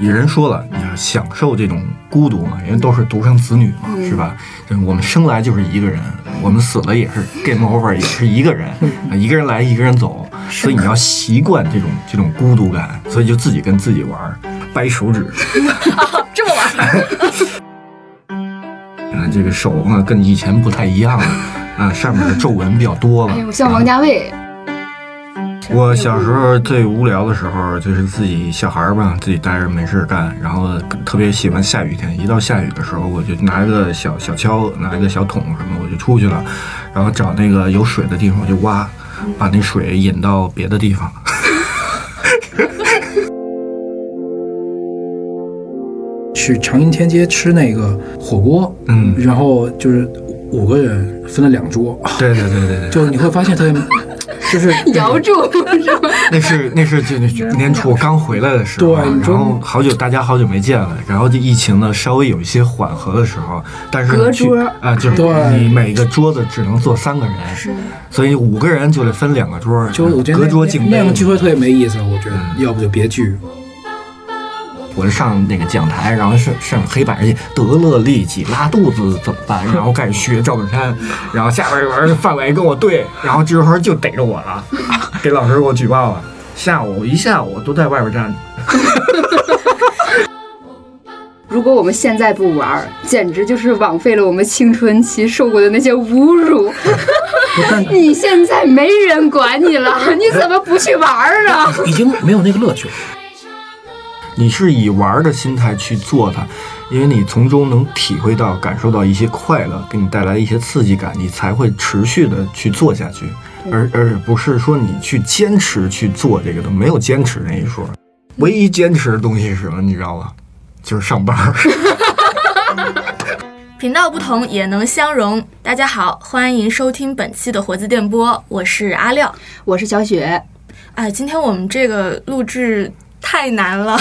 有人说了，你要享受这种孤独嘛，因为都是独生子女嘛，是嗯吧？就是我们生来就是一个人，我们死了也是嗯 game over，也是一个人，啊一个人来，一个人走，所以你要习惯这种这种孤独感，所以就自己跟自己玩儿，掰手指， 这么玩儿， 啊，这个手呢跟以前不太一样了，啊，上面的皱纹比较多了。哎呦，像王家卫，我小时候最无聊的时候，就是自己小孩儿吧，自己待着没事儿干，然后特别喜欢下雨天。一到下雨的时候，我就拿一个小小锹，拿一个小桶什么，我就出去了，然后找那个有水的地方我就挖，把那水引到别的地方。去长阴天街吃那个火锅，嗯然后就是五个人分了两桌， 啊对对对对对，就你会发现 特别，就是摇住是吧？ 那是那是就就年初我刚回来的时候啊，对你然说后好久大家好久没见了，然后这疫情呢稍微有一些缓和的时候，但是隔你去桌啊，就是对你每个桌子只能坐三个人，所以五个人就得分两个桌，就我觉得隔那桌敬那杯样。聚会特别没意思，我觉得要不就别聚。我就上那个讲台，然后上上黑板去，德勒利己拉肚子怎么办？然后开始学赵本山，然后下边有人范伟跟我对，然后这时候就逮着我了， 给老师给我举报了。下午一下午都在外边站着。如果我们现在不玩儿，简直就是枉费了我们青春期受过的那些侮 辱。你现在没人管你了，你怎么不去玩儿啊？已经没有那个乐趣了。你是以玩儿的心态去做它，因为你从中能体会到、感受到一些快乐，给你带来一些刺激感，你才会持续的去做下去，而而不是说你去坚持去做这个的，没有坚持那一说。唯一坚持的东西是什么？你知道吗？就是上班儿。频道不同也能相融。大家好，欢迎收听本期的活字电波，我是阿廖。我是小雪，哎，今天我们这个录制太难 了，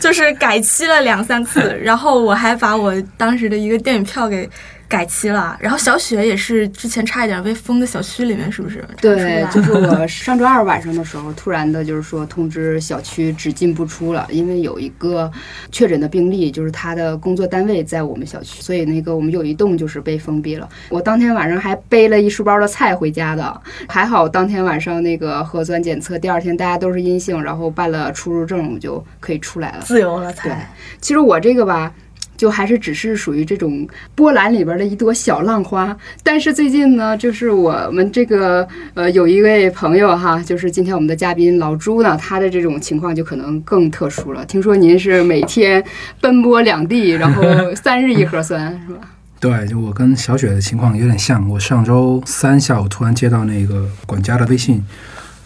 就是改期了两三 次，然后我还把我当时的一个电影票给改期了，然后小雪也是之前差一点被封的小区里面，是不是？对，查就不出来 是我上周二晚上的时候，突然的就是说通知小区只进不出了，因为有一个确诊的病例，就是他的工作单位在我们小区，所以那个我们有一栋就是被封闭了。我当天晚上还背了一书包的菜回家的，还好当天晚上那个核酸检测，第二天大家都是阴性，然后办了出入证，我就可以出来了。自由了对才。，其实我这个吧。就还是只是属于这种波澜里边的一朵小浪花，但是最近呢，就是我们这个呃有一位朋友哈，就是今天我们的嘉宾老朱呢，他的这种情况就可能更特殊了。听说您是每天奔波两地，然后三日一核酸是吧？ 对，就我跟小雪的情况有点像。我上周三下午突然接到那个管家的微信，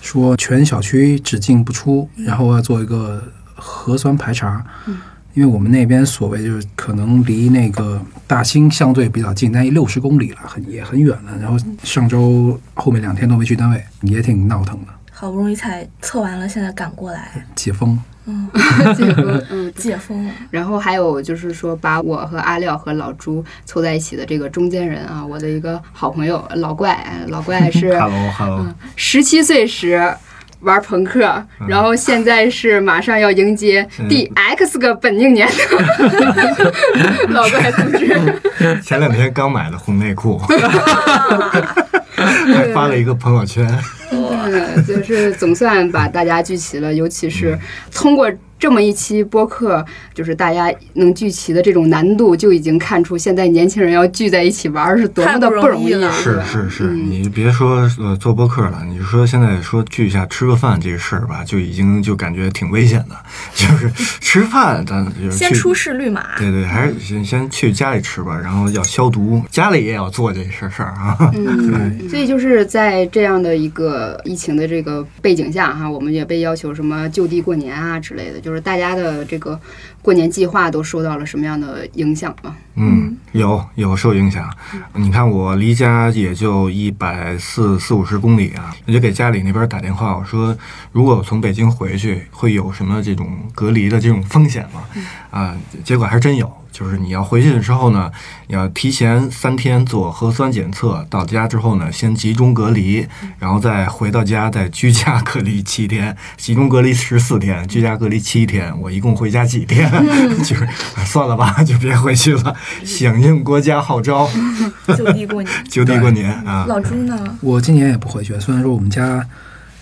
说全小区只进不出，然后要做一个核酸排查。因为我们那边所谓就是可能离那个大兴相对比较近，但也六十公里了，很也很远了。然后上周后面两天都没去单位，也挺闹腾的，好不容易才测完了，现在赶过来解封。结果嗯，解封了。然后还有就是说，把我和阿廖和老朱凑在一起的这个中间人啊，我的一个好朋友老怪，老 怪是 Hello Hello，十七岁时玩朋克，嗯然后现在是马上要迎接第 X 个本命年 的老怪同志。前两天刚买的红内裤，还发了一个朋友圈。嗯，就是总算把大家聚齐了，尤其是嗯通过这么一期播客，就是大家能聚齐的这种难度，就已经看出现在年轻人要聚在一起玩儿是多么的不容易了。嗯太是是是，嗯你别说呃做播客了，你说现在说聚一下吃个饭这个事儿吧，就已经就感觉挺危险的， 就是吃饭咱就是先去出示绿码，对对，还是先先去家里吃吧，然后要消毒，家里也要做这事儿事儿啊。嗯，所以就是在这样的一个疫情的这个背景下哈，我们也被要求什么就地过年啊之类的，就是大家的这个过年计划都受到了什么样的影响吗？嗯，有有受影响。你看我离家也就一百四四五十公里啊，我就给家里那边打电话，我说如果我从北京回去，会有什么这种隔离的这种风险吗？啊，结果还真有。就是你要回去之后呢，你要提前三天做核酸检测，到家之后呢，先集中隔离，然后再回到家再居家隔离七天， 集中隔离十四天，居家隔离七天，我一共回家几天？嗯就是哎算了吧， 就别回去了，响应国家号召，就地 过年。就地过年啊！老朱呢？我今年也不回去，虽然说我们家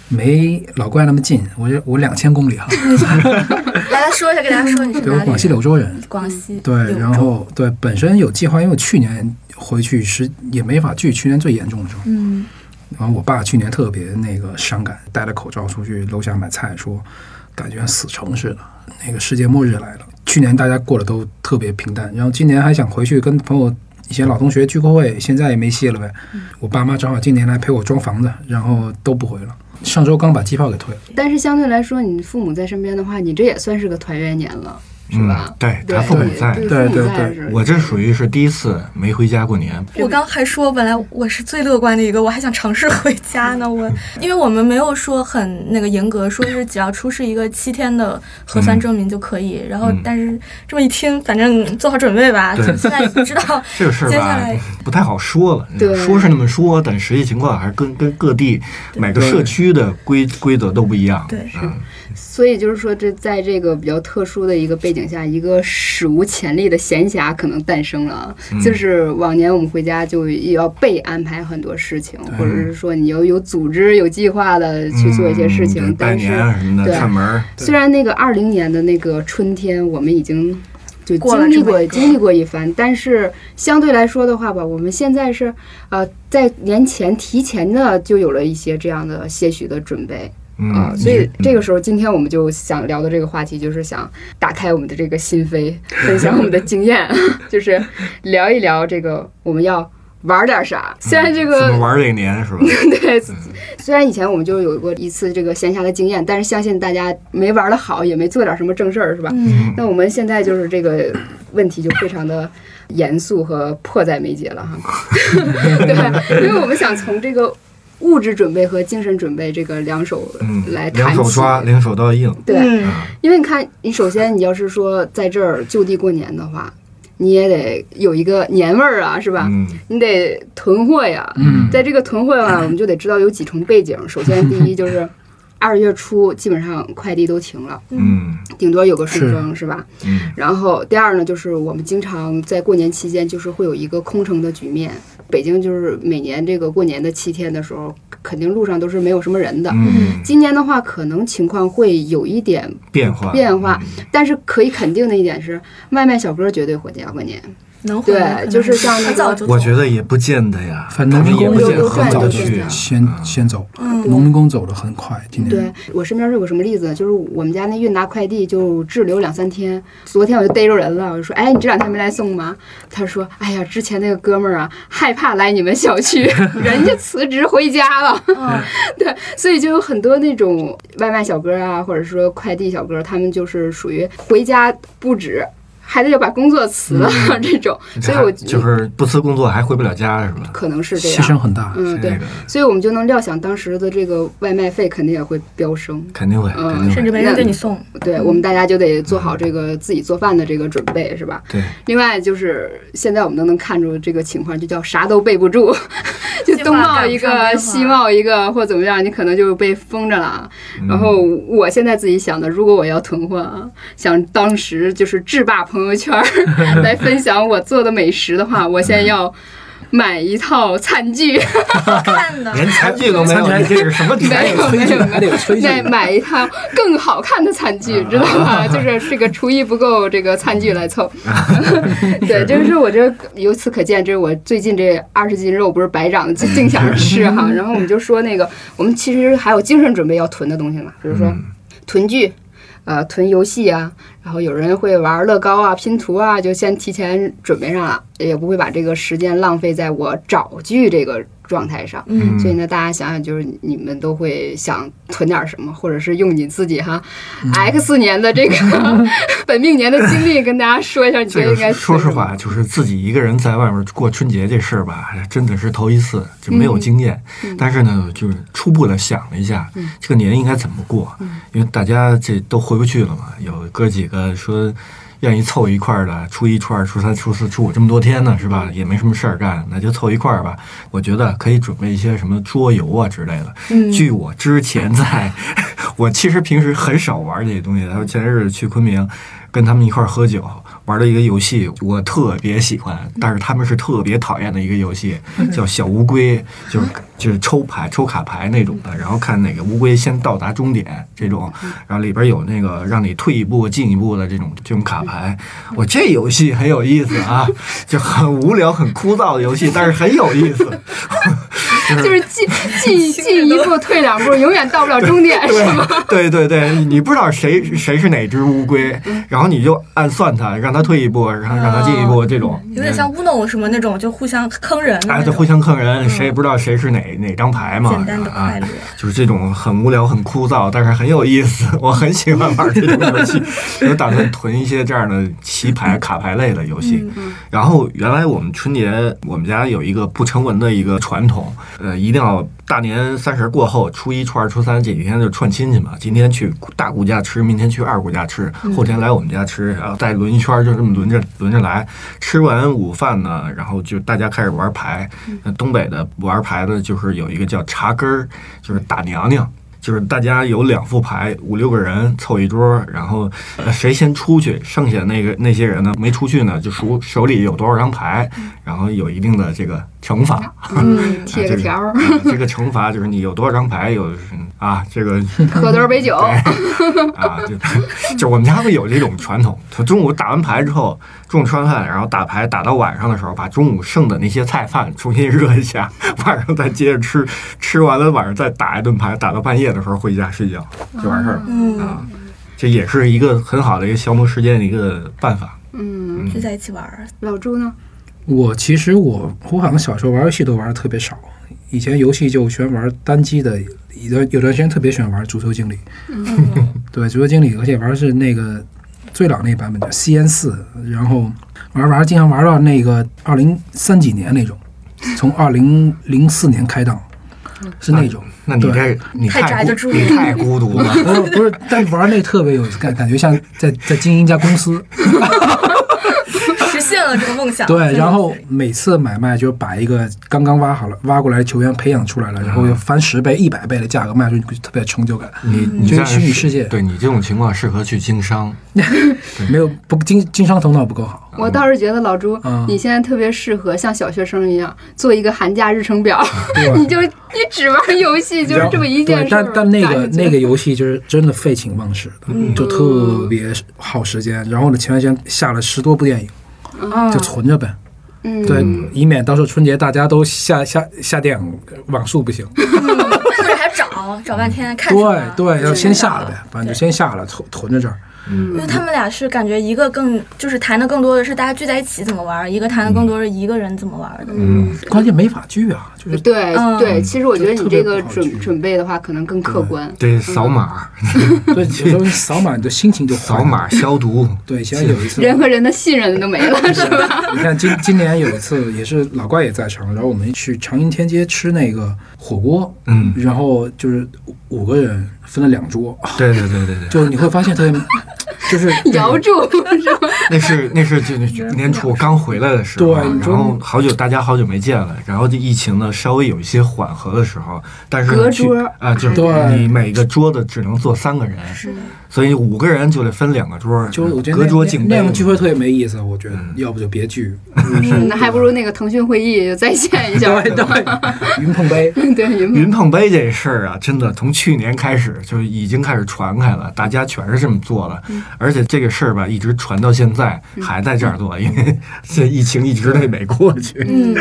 没老怪那么近，我就我两千公里哈，来，来说一下，给大家说你是对我哪里？广西柳州人，广西。对，柳然州后对本身有计划，因为我去年回去是也没法去，去年最严重的时候，嗯，然后我爸去年特别那个伤感，戴着口罩出去楼下买菜，说感觉像死城似的，那个世界末日来了。去年大家过得都特别平淡，然后今年还想回去跟朋友以前老同学聚个会，现在也没戏了呗。嗯我爸妈正好今年来陪我装房子，然后都不回了。上周刚把机票给退了，但是相对来说，你父母在身边的话，你这也算是个团圆年了，是吧嗯？对对，他父母在对对父母对在对是我这属于是第一次没回家过年，我刚还说，本来我是最乐观的一个，我还想尝试回家呢。 我因为我们没有说很那个严格，说是只要出示一个七天的核酸证明就可以。然后嗯，但是这么一听，反正做好准备吧。对现在也知 道这个事儿接下吧来，不太好说了。对说是那么说，但实际情况还是跟跟各地每个社区的规规则都不一样。对是嗯，所以就是说，这在这个比较特殊的一个背景下，一个史无前例的闲暇可能诞生了。啊嗯就是往年我们回家就要被安排很多事情，或者是说你有有组织、有计划的去做一些事情，嗯拜但年是。啊什么对的，串门儿。虽然那个二零年的那个春天，我们已经就过了经历这么过一个经历过一番，但是相对来说的话吧，我们现在是呃在年前提前的就有了一些这样的些许的准备啊、嗯，所以嗯这个时候今天我们就想聊的这个话题，就是想打开我们的这个心扉， 分享我们的经验， 就是聊一聊这个我们要玩点啥。虽哎然这个怎么玩这个年 是吧？对，虽然以前我们就有过一次这个闲暇的经验，但是相信大家没玩的好，也没做点什么正事儿，是吧？嗯，那我们现在就是这个问题就非常的严肃和迫在眉睫了哈， 对，因为我们想从这个物质准备和精神准备这个两手嗯，来谈两手起。抓，两手都要硬。对，嗯因为你看，你首先你要是说在这儿就地过年的话，你也得有一个年味儿啊，是吧？嗯，你得囤货呀，嗯在这个囤货吧，我们就得知道有几重背景。首先，第一就是二月初基本上快递都停了，嗯顶多有个顺丰，是吧？嗯然后第二呢，就是我们经常在过年期间，就是会有一个空城的局面。北京就是每年这个过年的七天的时候，肯定路上都是没有什么人的。嗯，今年的话，可能情况会有一点变化嗯变化，但是可以肯定的一点是，外卖小哥绝对啊回家过年。能回来对可能就是像那很早个就我觉得，得也不见得呀，反正他们也不工作见都得很赚早都去啊。先先走了，嗯，农民工走的很快，今年对我身边是有个什么例子呢，就是我们家那韵达快递就滞留两三天，昨天我就逮着人了，我就说，哎，你这两天没来送吗？他说，哎呀，之前那个哥们儿啊，害怕来你们小 区，人家辞职回家了，嗯所以就有很多那种外卖小哥啊，或者说快递小哥，他们就是属于回家不止，还得要把工作辞了、嗯这种，所以我就是不辞工作还回不了家是吧？可能是这牺牲样，很大。嗯，这对个，所以我们就能料想当时的这个外卖费肯定也会飙升。肯定会，嗯肯定甚会。至没人给你 送。对我们大家就得做好这个自己做饭的这个准备，是吧？对，另外就是现在我们都能看出这个情况，就叫啥都备不住， 就计划东冒赶一不上变个化西冒一个或怎么样，你可能就被封着了。啊嗯然后我现在自己想的，如果我要囤货啊，想当时就是制霸朋友 圈儿来分享我做的美食的话，我嗯先要买一套餐具。看的，连餐具都 没有，你这是什么没概有念？催进还得有催进再买一套更好看的餐具，知道吧？ 就是这个厨艺不够，这个餐具来凑。对，就是我这由此可见，这是我最近这二十斤肉不是白长的，就净想着吃哈。然后我们就说那个，我们其实还有精神准备要囤的东西嘛，比如说囤剧。呃，囤游戏啊，然后有人会玩乐高啊、拼图啊，就先提前准备上了，也不会把这个时间浪费在我找剧这个状态上。嗯，所以呢，大家想想，就是你们都会想囤点什么，或者是用你自己哈、X 嗯年的这个 本命年的经历，跟大家说一下，你觉这得应个该说实囤什么话，就是自己一个人在外面过春节这事儿吧，真的是头一次，就没有经验。但是呢，就是初步的想了一下，这个年应该怎么过，因为大家这都回不去了嘛。有哥几个说愿意凑一块儿的，初一、初二、初三、初四、初五这么多天呢，是吧？也没什么事儿干，那就凑一块儿吧。我觉得可以准备一些什么桌游啊之类的。嗯据我之前在， 我其实平时很少玩这些东西。然后前日子去昆明，跟他们一块儿喝酒，玩了一个游戏，我特别喜欢，但是他们是特别讨厌的一个游戏，嗯叫小乌龟，就是就是抽牌、抽卡牌那种嗯的，然后看哪个乌龟先到达终点这种，然后里边有那个让你退一步、进一步的这种这种卡牌。嗯我这游戏很有意思 啊，就很无聊、很枯燥的游戏，但是很有意思。就是 进进进一步退两步，永远到不了终点，是吗？对对对，你不知道谁谁是哪只乌龟，嗯然后你就暗算它，让它退一步，然后让它进一步，这种哦有点像乌弄什么那种，就互相坑人的哎，那就种，互相坑人，谁也不知道谁是哪哪张牌嘛，嗯简单的啊快乐，就是这种很无聊、很枯燥，但是很有意思， 我很喜欢玩这种游 戏。我打算囤一些这样的棋牌、卡牌类的游戏。嗯然后原来我们春节我们家有一个不成文的一个传统，呃，一定要大年三十过后，初一、初二、初三这几天就串亲戚嘛。今天去大姑家吃，明天去二姑家吃，后天来我们家吃，然后再轮一圈儿，就这么轮着轮着来。吃完午饭呢，然后就大家开始玩牌。嗯那东北的玩牌的，就是有一个叫茶根儿，就是打娘娘。就是大家有两副牌，五六个人凑一桌，然后、呃、谁先出去，剩下那个那些人呢没出去呢，就数手里有多少张牌，然后有一定的这个惩罚。嗯，啊贴个条儿，这个、啊这个惩罚就是你有多少张牌，有啊这个 喝多少杯酒， 啊，就就我们家会有这种传统，就中午打完牌之后，中午吃完饭，然后打牌打到晚上的时候，把中午剩的那些菜饭重新热一下，晚上再接着吃，吃完了晚上再打一顿牌，打到半夜的时候回家睡觉就完事儿了、哦嗯，啊。这也是一个很好的一个消磨时间的一个办法。嗯，聚在一起玩儿，老朱呢？我其实我我好像小时候玩游戏都玩的特别少，以前游戏就喜欢玩单机的，有段有段时间特别喜欢玩足球经理，嗯 对足球经理，而且玩的是那个最老那版本叫 CN 四，然后玩玩经常玩到那个二零三几年那种，从二零零四年开档嗯是那种。那你对这你太宅太得孤住你太孤独 了。不是不是，但玩那特别有感，感觉像在在经营一家公司，实现了这个梦想。对，然后每次买卖就把一个刚刚挖好了、挖过来的球员培养出来了，然嗯后又翻十倍、一百倍的价格卖出去，特别有成就感。你你这这是虚拟世界嗯对你这种情况适合去经商。没有不经经商头脑不够好，我倒是觉得老朱啊嗯，你现在特别适合像小学生一样做一个寒假日程表， 你就你只玩游戏，就是这么一件对，事儿但。但那个感觉嗯那个游戏就是真的废寝忘食的，就特别耗时间。然后呢，前段时间下了十多部电影，嗯就存着呗，嗯，对，以免到时候春节大家都下下下电影，网速不行。那会儿还找找半天，看什么啊对对，要先下了呗，反正就对先下了，囤囤着这儿。因为他们俩是感觉一个更就是谈的更多的是大家聚在一起怎么玩儿，一个谈的更多是一个人怎么玩儿的。嗯，关键没法聚啊，就是对嗯对，其实我觉得你这个就特别不好准去准备的话，可能更客观。对，扫码 对，有时候你扫码你的心情就坏了扫。码消毒。对，现在有一次，人和人的信任都没了，是吧？你看今今年有一次也是老怪也在场，然后我们去长阴天街吃那个火锅，嗯，然后就是五五个人分了两桌， 对对对对对。就是你会发现特别， 就是摇 住是吧？ 那是那是就就年初我刚回来的时候啊，对你然说后好久大家好久没见了，然后这疫情呢稍微有一些缓和的时候，但是隔你去桌啊、就是对你每个桌子只能坐三个人，所以五个人就得分两个桌，就我觉得隔那桌那敬那杯样。聚会特别没意思，我觉得要不就别 聚，嗯那还不如那个腾讯会议在线一下对。对，云 碰杯。 对，你们云碰杯这事儿啊，真的从去年开始就已经开始传开了，大家全是这么做的，嗯而且这个事儿吧，一直传到现在还在这儿做，因为 这疫情一直都没过去。嗯，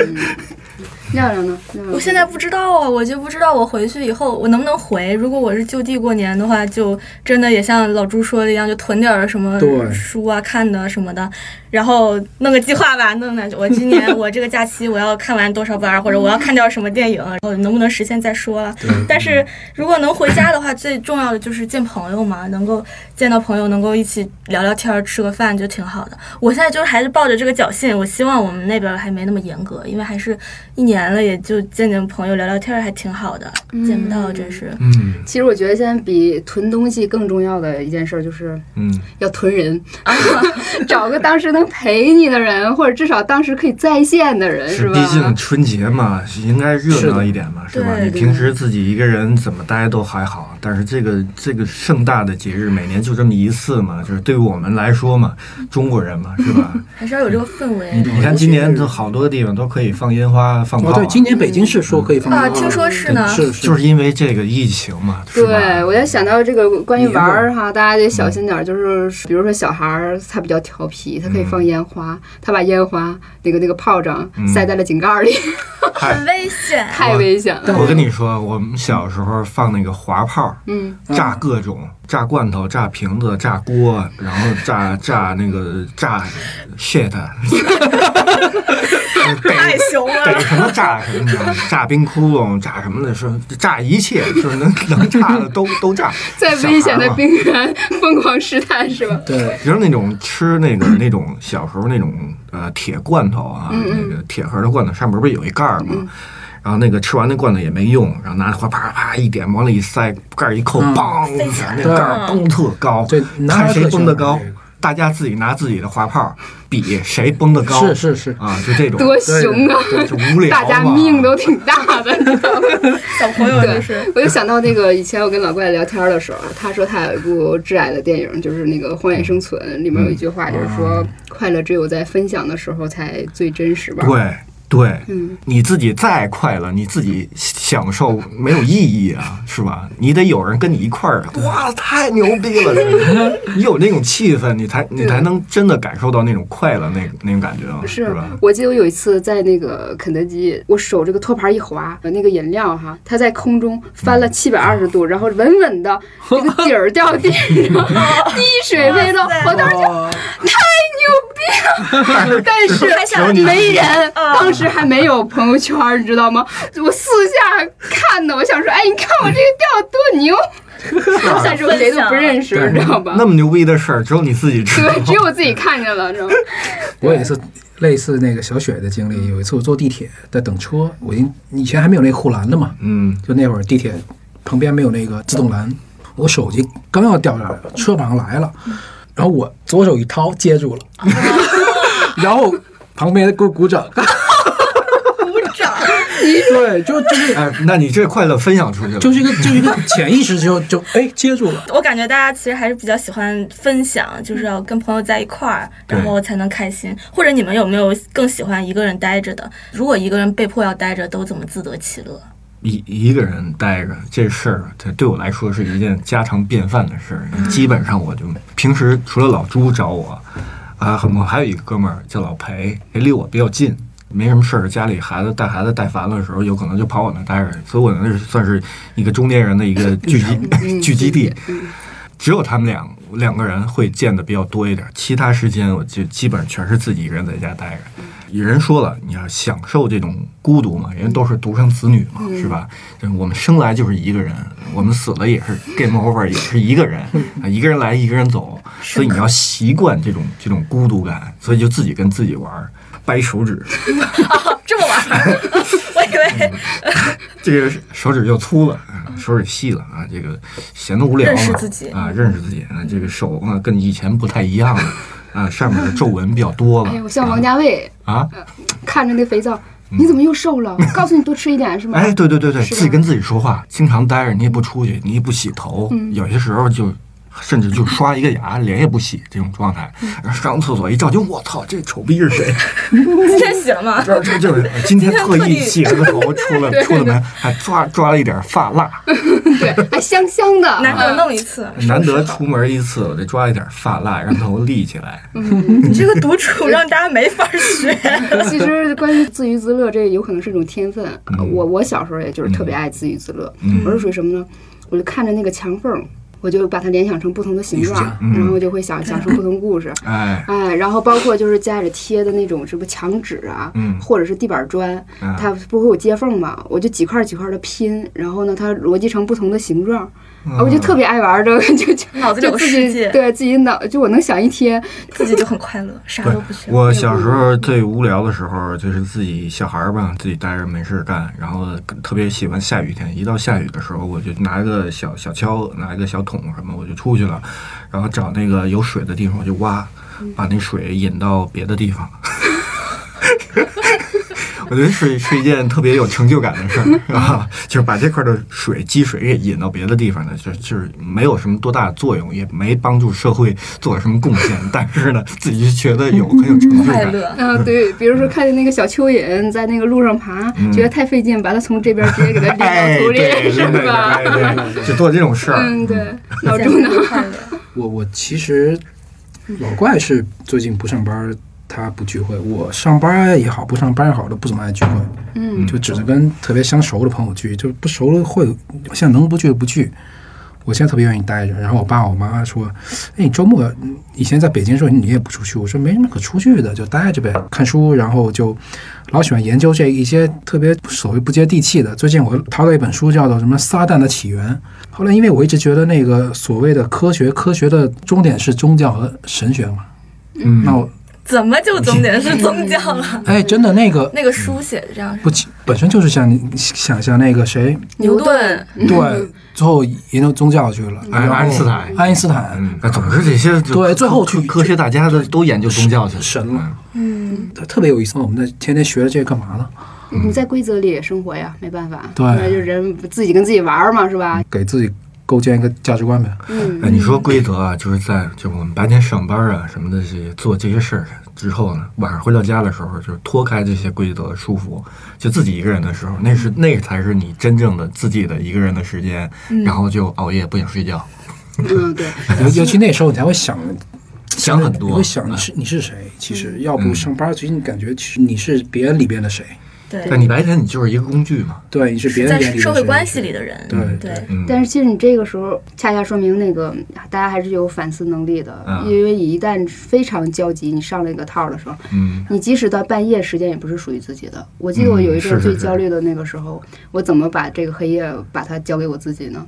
亮亮呢？亮亮我现在不知道啊，我就不知道我回去以后我能不能回。如果我是就地过年的话，就真的也像老朱说的一样，就囤点儿什么对书啊、看的什么的，然后弄个计划吧，弄弄我今年我这个假期我要看完多少本儿，或者我要看掉什么电影，然后能不能实现再说了。但是如果能回家的话，最重要的就是见朋友嘛，能够见到朋友，能够一起聊聊天儿、吃个饭就挺好的。我现在就是还是抱着这个侥幸，我希望我们那边儿还没那么严格，因为还是一年。年了，也就见见朋友聊聊天儿，还挺好的。见不到真是，嗯其实我觉得现在比囤东西更重要的一件事儿就是嗯，要囤人，啊 找个当时能陪你的人，或者至少当时可以在线的人，是吧？毕竟春节嘛，应该热闹一点嘛，是是的吧？对你平时自己一个人怎么待都还好，但是这个这个盛大的节日每年就这么一次嘛，就是对于我们来说嘛，中国人嘛，是吧？还是要有这个氛围。你你看今年这好多地方都可以放烟花、放炮哦，啊、对，今年北京是说可以放啊，烟花听说是呢对，是是就是因为这个疫情嘛，是吧对，我在想到这个关于明白玩儿哈，大嗯家得小心点儿。就是比如说小孩儿，他比较调皮，他可以放烟花，他把烟花那个那个炮仗嗯塞在了井盖儿里，嗨很危险。太危险了。我跟你说，我们小时候放那个滑炮，嗯，炸各种，炸罐头、炸瓶子、炸锅，然后炸炸那个炸 shit， 太熊逮了，什么炸什么的，炸冰窟窿，炸什么的，说炸一切，就是能能炸的都都炸。在危险的小孩嘛冰原疯狂试探是吧？对，比如那种吃那 个那种小时候那种呃铁罐头啊，嗯那个铁盒的罐头上面不是有一盖儿吗？然后那个吃完那罐头也没用，然后拿花啪啪一点，往里一塞，盖儿一扣，嗯梆一下，那盖儿崩特高对，拿看着谁特效崩得高这个，大家自己拿自己的花炮比谁崩得高，是是是，啊，就这种多熊啊！就无聊嘛，大家命都挺大的，你知道吗？小朋友就是对，我就想到那个以前我跟老怪聊天的时候，啊他说他有一部挚爱的电影，就是那个《荒野生存》，里面有一句话就是说，快乐只有在分享的时候才最真实吧。对对，嗯你自己再快乐，你自己享受没有意义 啊，是吧？你得有人跟你一块儿，啊嗯哇，太牛逼了！ 这个你有那种气氛，你嗯才你才能真的感受到那种快乐，那那种感觉啊，是吧？我记得我有一次在那个肯德基，我手这个托盘一滑，那个饮料哈，它在空中翻了七百二十度，然后稳稳 的，这个底儿掉 地上，滴水飞到，我当时就哇，太哦牛逼了，但是还想嗯没人，当时还没有朋友圈，你知道吗？我四下看的，我想说，哎，你看我这个掉多牛，但是我谁都不认识，你知道吧那？么牛逼的事儿，只有你自己知道。对，只有我自己看见了，知道吗？我有一次类似那个小雪的经嗯历，有一次我坐地铁在等车，我已经以前还没有那个护栏的嘛，嗯，就那会儿地铁旁边没有那个自动栏，我手机刚要掉下来，车马上来了，嗯然后我左手一掏接 住了，然后旁边给我鼓掌，鼓掌， 对，就就是哎，那你这快乐分享出去了，就是一个就是一个潜意识就就哎接住了，我感觉大家其实还是比较喜欢分享，就是要跟朋友在一块儿，对然后才能开心。或者你们有没有更喜欢一个人待着的？如果一个人被迫要待着，都怎么自得其乐？一一个人待着这事儿，它对我来说是一件家常便饭的事儿。基本上我就平时除了老朱找我，啊，我还有一个哥们儿叫老裴，也离我比较近，没什么事儿，家里孩子带孩子带烦了的时候，有可能就跑我那儿待着，所以我那是算是一个中年人的一个聚集 聚集地。只有他们两两个人会见的比较多一点，其他时间我就基本上全是自己一个人在家待着。有人说了，你要享受这种孤独嘛，人都是独生子女嘛，是吧？就是我们生来就是一个人，我们死了也是 game over，也是一个人，啊一个人来，一个人走，所以你要习惯这种这种孤独感，所以就自己跟自己玩儿，掰手指，哦，这么 玩儿，我以为这个手指就粗了，啊手指细了啊，这个闲得无聊嘛，认识自己啊，认识自己啊，这个手啊跟以前不太一样了，啊，上面的皱纹比较多了哎，我像王家卫，啊，看着那肥皂，你怎么又 瘦了？告诉你多吃一点是嗯吗？哎，对对对对，是吧自己跟自己说话，经常待着，你也不出去，你也不洗头，嗯有些时候就。甚至就刷一个牙，脸也不洗，这种状态，嗯然后上厕所一照镜，我操，这丑逼是谁？ 今天洗了吗？这这就是今天特意洗了个头，出了出了门，还抓抓了一点发 蜡，对，还香香的。难得弄一次，难得出门一次，我得抓一点发蜡，让头立起来。你这个独处让大家没法学。 其实关于自娱自乐，这有可能是一种天分。嗯我我小时候也就是特别爱自娱自乐，我是属于什么呢？我就看着那个墙缝。我我就把它联想成不同的形艺术家状，嗯然后我就会想讲述不同故事。哎，哎，然后包括就是家里贴的那种什么墙纸啊，嗯或者是地板砖，啊它不会有接缝嘛，我就几块几块的拼，然后呢，它逻辑成不同的形状，嗯啊我就特别爱玩这个，就就脑子里就有自世己界，对自己脑，就我能想一天，自己就很快乐，啥都不需要。我小时候最无聊的时候，就是自己小孩儿吧，自己待着没事儿干，然后特别喜欢下雨天。一到下雨的时候，我就拿一个小小锹，拿一个小桶什么，我就出去了，然后找那个有水的地方我就挖，嗯把那水引到别的地方。 我觉得是是一件特别有成就感的事 儿啊，就是把这块的水积水给引到别的地方呢，就就是没有什么多大的作用，也没帮助社会做什么贡献，但是呢，自己就觉得有很有成就快感。乐，啊，对，比如说看见那个小蚯蚓在那个路上爬，觉得太费劲，把它从这边直接给 它嗯哎，拎到土里，对，是真的，吧？哎对，就做这种事儿，嗯，对，脑中健呢康，快乐。我我其实老怪是最近不上班儿，他不聚会。我上班也好，不上班也好，我都不怎么爱聚会。嗯，就只是跟特别相熟的朋友聚，就不熟的会，现在能不聚就不聚。我现在特别愿意待着。然后我爸我妈说：“哎，你周末嗯以前在北京的时候你也不出去。”我说：“没什么可出去的，就待着呗，看书。”然后就老喜欢研究这一些特别所谓不接地气的。最近我淘到一本书，叫做什么《撒旦的起源》。后来因为我一直觉得那个所谓的科学，科学的终点是宗教和神学嘛。嗯那我怎么就总点是宗教了？ 哎，真的那个那个书写的这样是不本身就是像你想象那个谁牛顿对，最后研究宗教去了，爱然嗯后爱因斯坦爱因斯坦嗯，总之这些就对最后去科学大家的都研究宗教去了神了，嗯，他特别有意思。我们在天天学了这个干嘛呢？你在规则里生活呀，没办法，对那就人自己跟自己玩儿嘛，是吧？给自己构建一个价值观 呗。嗯，哎，你说规则啊，就是在就我们白天上班啊什么的这些做这些事儿之后呢，晚上回到家的时候，就是脱开这些规则舒服，就自己一个人的时候，那是那才是你真正的自己的一个人的时间，然后就熬夜不想睡觉，嗯，对，尤尤其那时候，你才会想想很你多会。想你是你是谁？其嗯实要不上班，其实你感觉其实你是别人里边的谁？对，但你白天你就是一个工具嘛，对，你是别人是在里边的社会谁关系里的人，对对，嗯，但是其实你这个时候恰恰说明那个大家还是有反思能力的，嗯因为你一旦非常焦急，你上了一个套的时候，嗯你即使到半夜时间也不是属于自己的。我记得我有一嗯阵儿是是最是焦虑的那个时候，我怎么把这个黑夜把它交给我自己呢？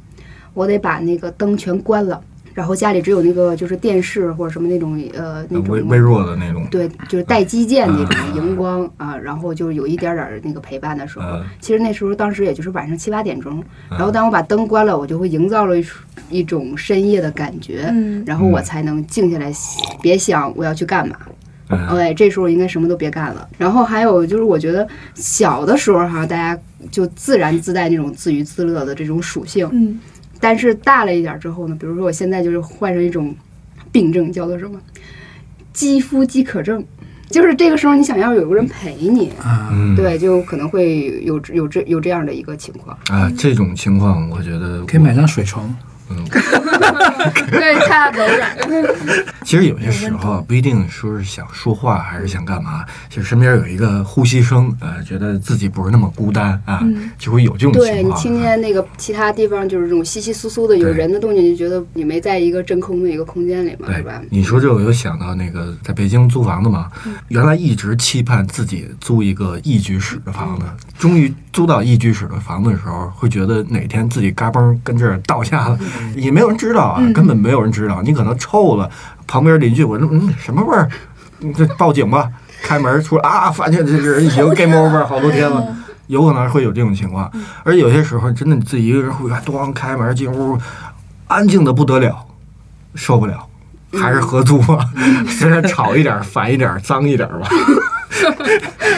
我得把那个灯全关了，然后家里只有那个就是电视或者什么那种呃那嗯微种微弱的那种，对，就是带基建那种荧光啊，然后就是有一点点儿那个陪伴的时候嗯。其实那时候当时也就是晚上七八点钟，然后当我把灯关了，我就会营造了一出一种深夜的感觉，嗯然后我才能静下来，别想我要去干嘛。嗯哎，这时候应该什么都别干了。然后还有就是，我觉得小的时候哈，大家就自然自带那种自娱自乐的这种属性，嗯，但是大了一点之后呢，比如说我现在就是患上一种病症，叫做什么肌肤饥渴症，就是这个时候你想要有个人陪你，啊，嗯，对，就可能会有有这有这样的一个情 况。啊，这种情况我觉得可以买张水床，对，太柔软。其实有些时候啊不一定说是想说话还是想干嘛，就是身边有一个呼吸声，呃，觉得自己不是那么孤单啊，就会有这种嗯对情你况。啊听见那个其他地方就是这种稀稀疏疏的有对人的动静，就觉得你没在一个真空的一个空间里嘛，对是吧，？嗯你说这我又想到那个在北京租房子嘛，原来一直期盼自己租一个一居室的房子，嗯终于租到一居室的房子的时候，会觉得哪天自己嘎嘣跟这儿倒下了，嗯也没有人知道啊，根本没有人知道。你可能臭了，旁边邻居我说嗯什么味儿，你这报警吧。开门出来啊，发现这人已 经 game over 好多天嗯了，有可能会有这种情况。而有些时候，真的你自己一个人会啊，咣开门进屋，安静的不得了，受不了，还是合租吧， 虽然吵一点儿、烦一点儿、脏一点儿吧，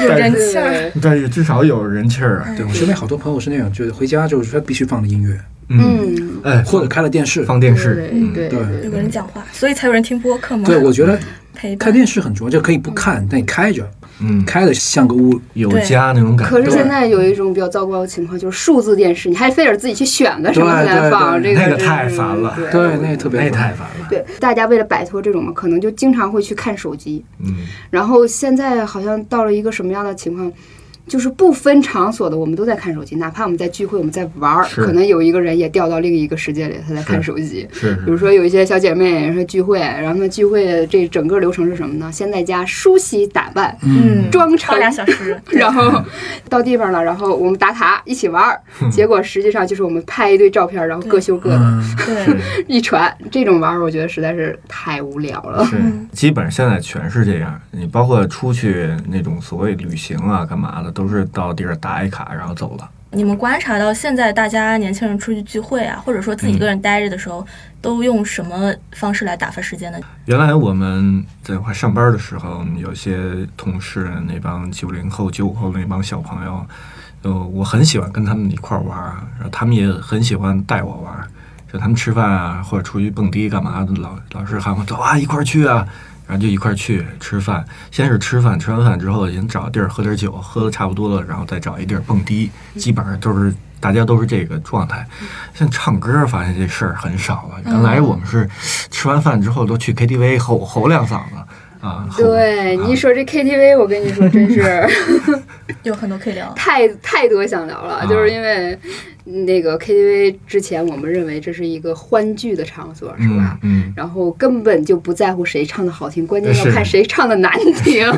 有人但是气儿，对，但是至少有人气儿嗯啊。对我身边好多朋友是那种，就是回家就是他必须放着音乐，嗯，嗯，哎，或者开了电视。放电视对，对嗯，对对有个人讲话，所以才有人听播客嘛。对，我觉得陪看伴。电视很重要，就可以不看，但你开着，嗯，开的像个屋，有对家那种 感可觉是。现在有一种比较糟糕的情况，就是数字电视，你还非得自己去选择什么对来对放，这对个那个真太是烦了对对，那个特别那烦太烦了，对，大家为了摆脱这种嘛，可能就经常会去看手机。嗯，然后现在好像到了一个什么样的情况？就是不分场所的，我们都在看手机，哪怕我们在聚会，我们在玩儿，是可能有一个人也掉到另一个世界里，他在看手机。是比如说有一些小姐妹说聚会，然后她们聚会这整个流程是什么呢？先在家梳洗打扮，嗯，装超成俩小时， 然后 到地方了，然后我们打卡一起玩儿，结果实际上就是我们拍一堆照片，然后各修各的， 嗯，对，一传这种玩儿，我觉得实在是太无聊了。是，基本上现在全是这样。你包括出去那种所谓旅行啊、干嘛的，都是到地儿打一卡然后走了。你们观察到现在大家年轻人出去聚会啊，或者说自己一个人待着的时嗯候，都用什么方式来打发时间呢？原来我们在快上班的时候，有些同事那帮九零后、九五后那帮小朋友，呃，我很喜欢跟他们一块儿玩儿，然后他们也很喜欢带我玩儿。就他们吃饭啊，或者出去蹦迪干嘛的，老老是喊我走啊，一块儿去啊，然后就一块儿去吃饭。先是吃饭，吃完饭之后，先找地儿喝点酒，喝的差不多了，然后再找一地儿蹦迪，嗯基本上都是大家都是这个状态。现在唱歌发现这事儿很少了，原来我们是吃完饭之后都去 KTV 吼吼两嗓子啊，吼对，啊你一说这 KTV，我跟你说，真是有很多可以聊。太太多想聊了，啊就是因为那个 KTV 之前我们认为这是一个欢聚的场所，是吧？嗯嗯，然后根本就不在乎谁唱的好听，关键是要看谁唱的难听，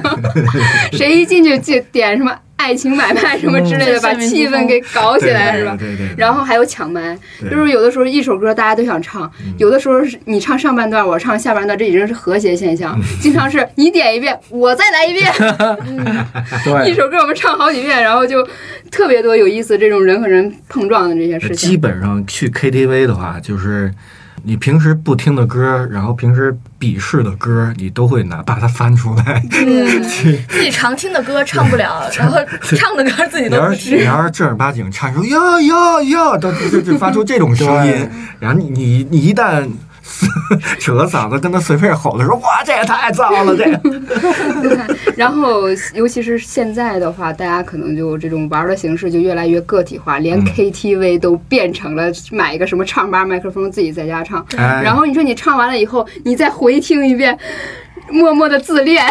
谁一进去就点什么爱情买卖什么之类的，嗯把气氛给搞起来，是吧？对对对对，然后还有抢麦，对嗯就是有的时候一首歌大家都想唱，有的时候是你唱上半段，我唱下半段，这已经是和谐现嗯象。经常是你点一遍，我再来 一遍，一对，首歌我们唱好几遍，然后就特别多有意思这种人和人碰撞的这些事基情。本上去 KTV 的话，就是你平时不听的歌，然后平时鄙视的歌，你都会拿把它翻出来。嗯，自己常听的歌唱不 了，然后唱的歌自己你都要不是 你知。要是正儿八经唱出呀呀呀，都就就发出这种声音对，然后你你你一旦 扯个嗓子跟他随便吼的时候，哇，这也太燥了，这个。然后，尤其是现在的话，大家可能就这种玩的形式就越来越个体化，连嗯 KTV 都变成了买一个什么唱吧麦克风自己在家唱。哎然后你说你唱完了以后，你再回听一遍，默默的自恋，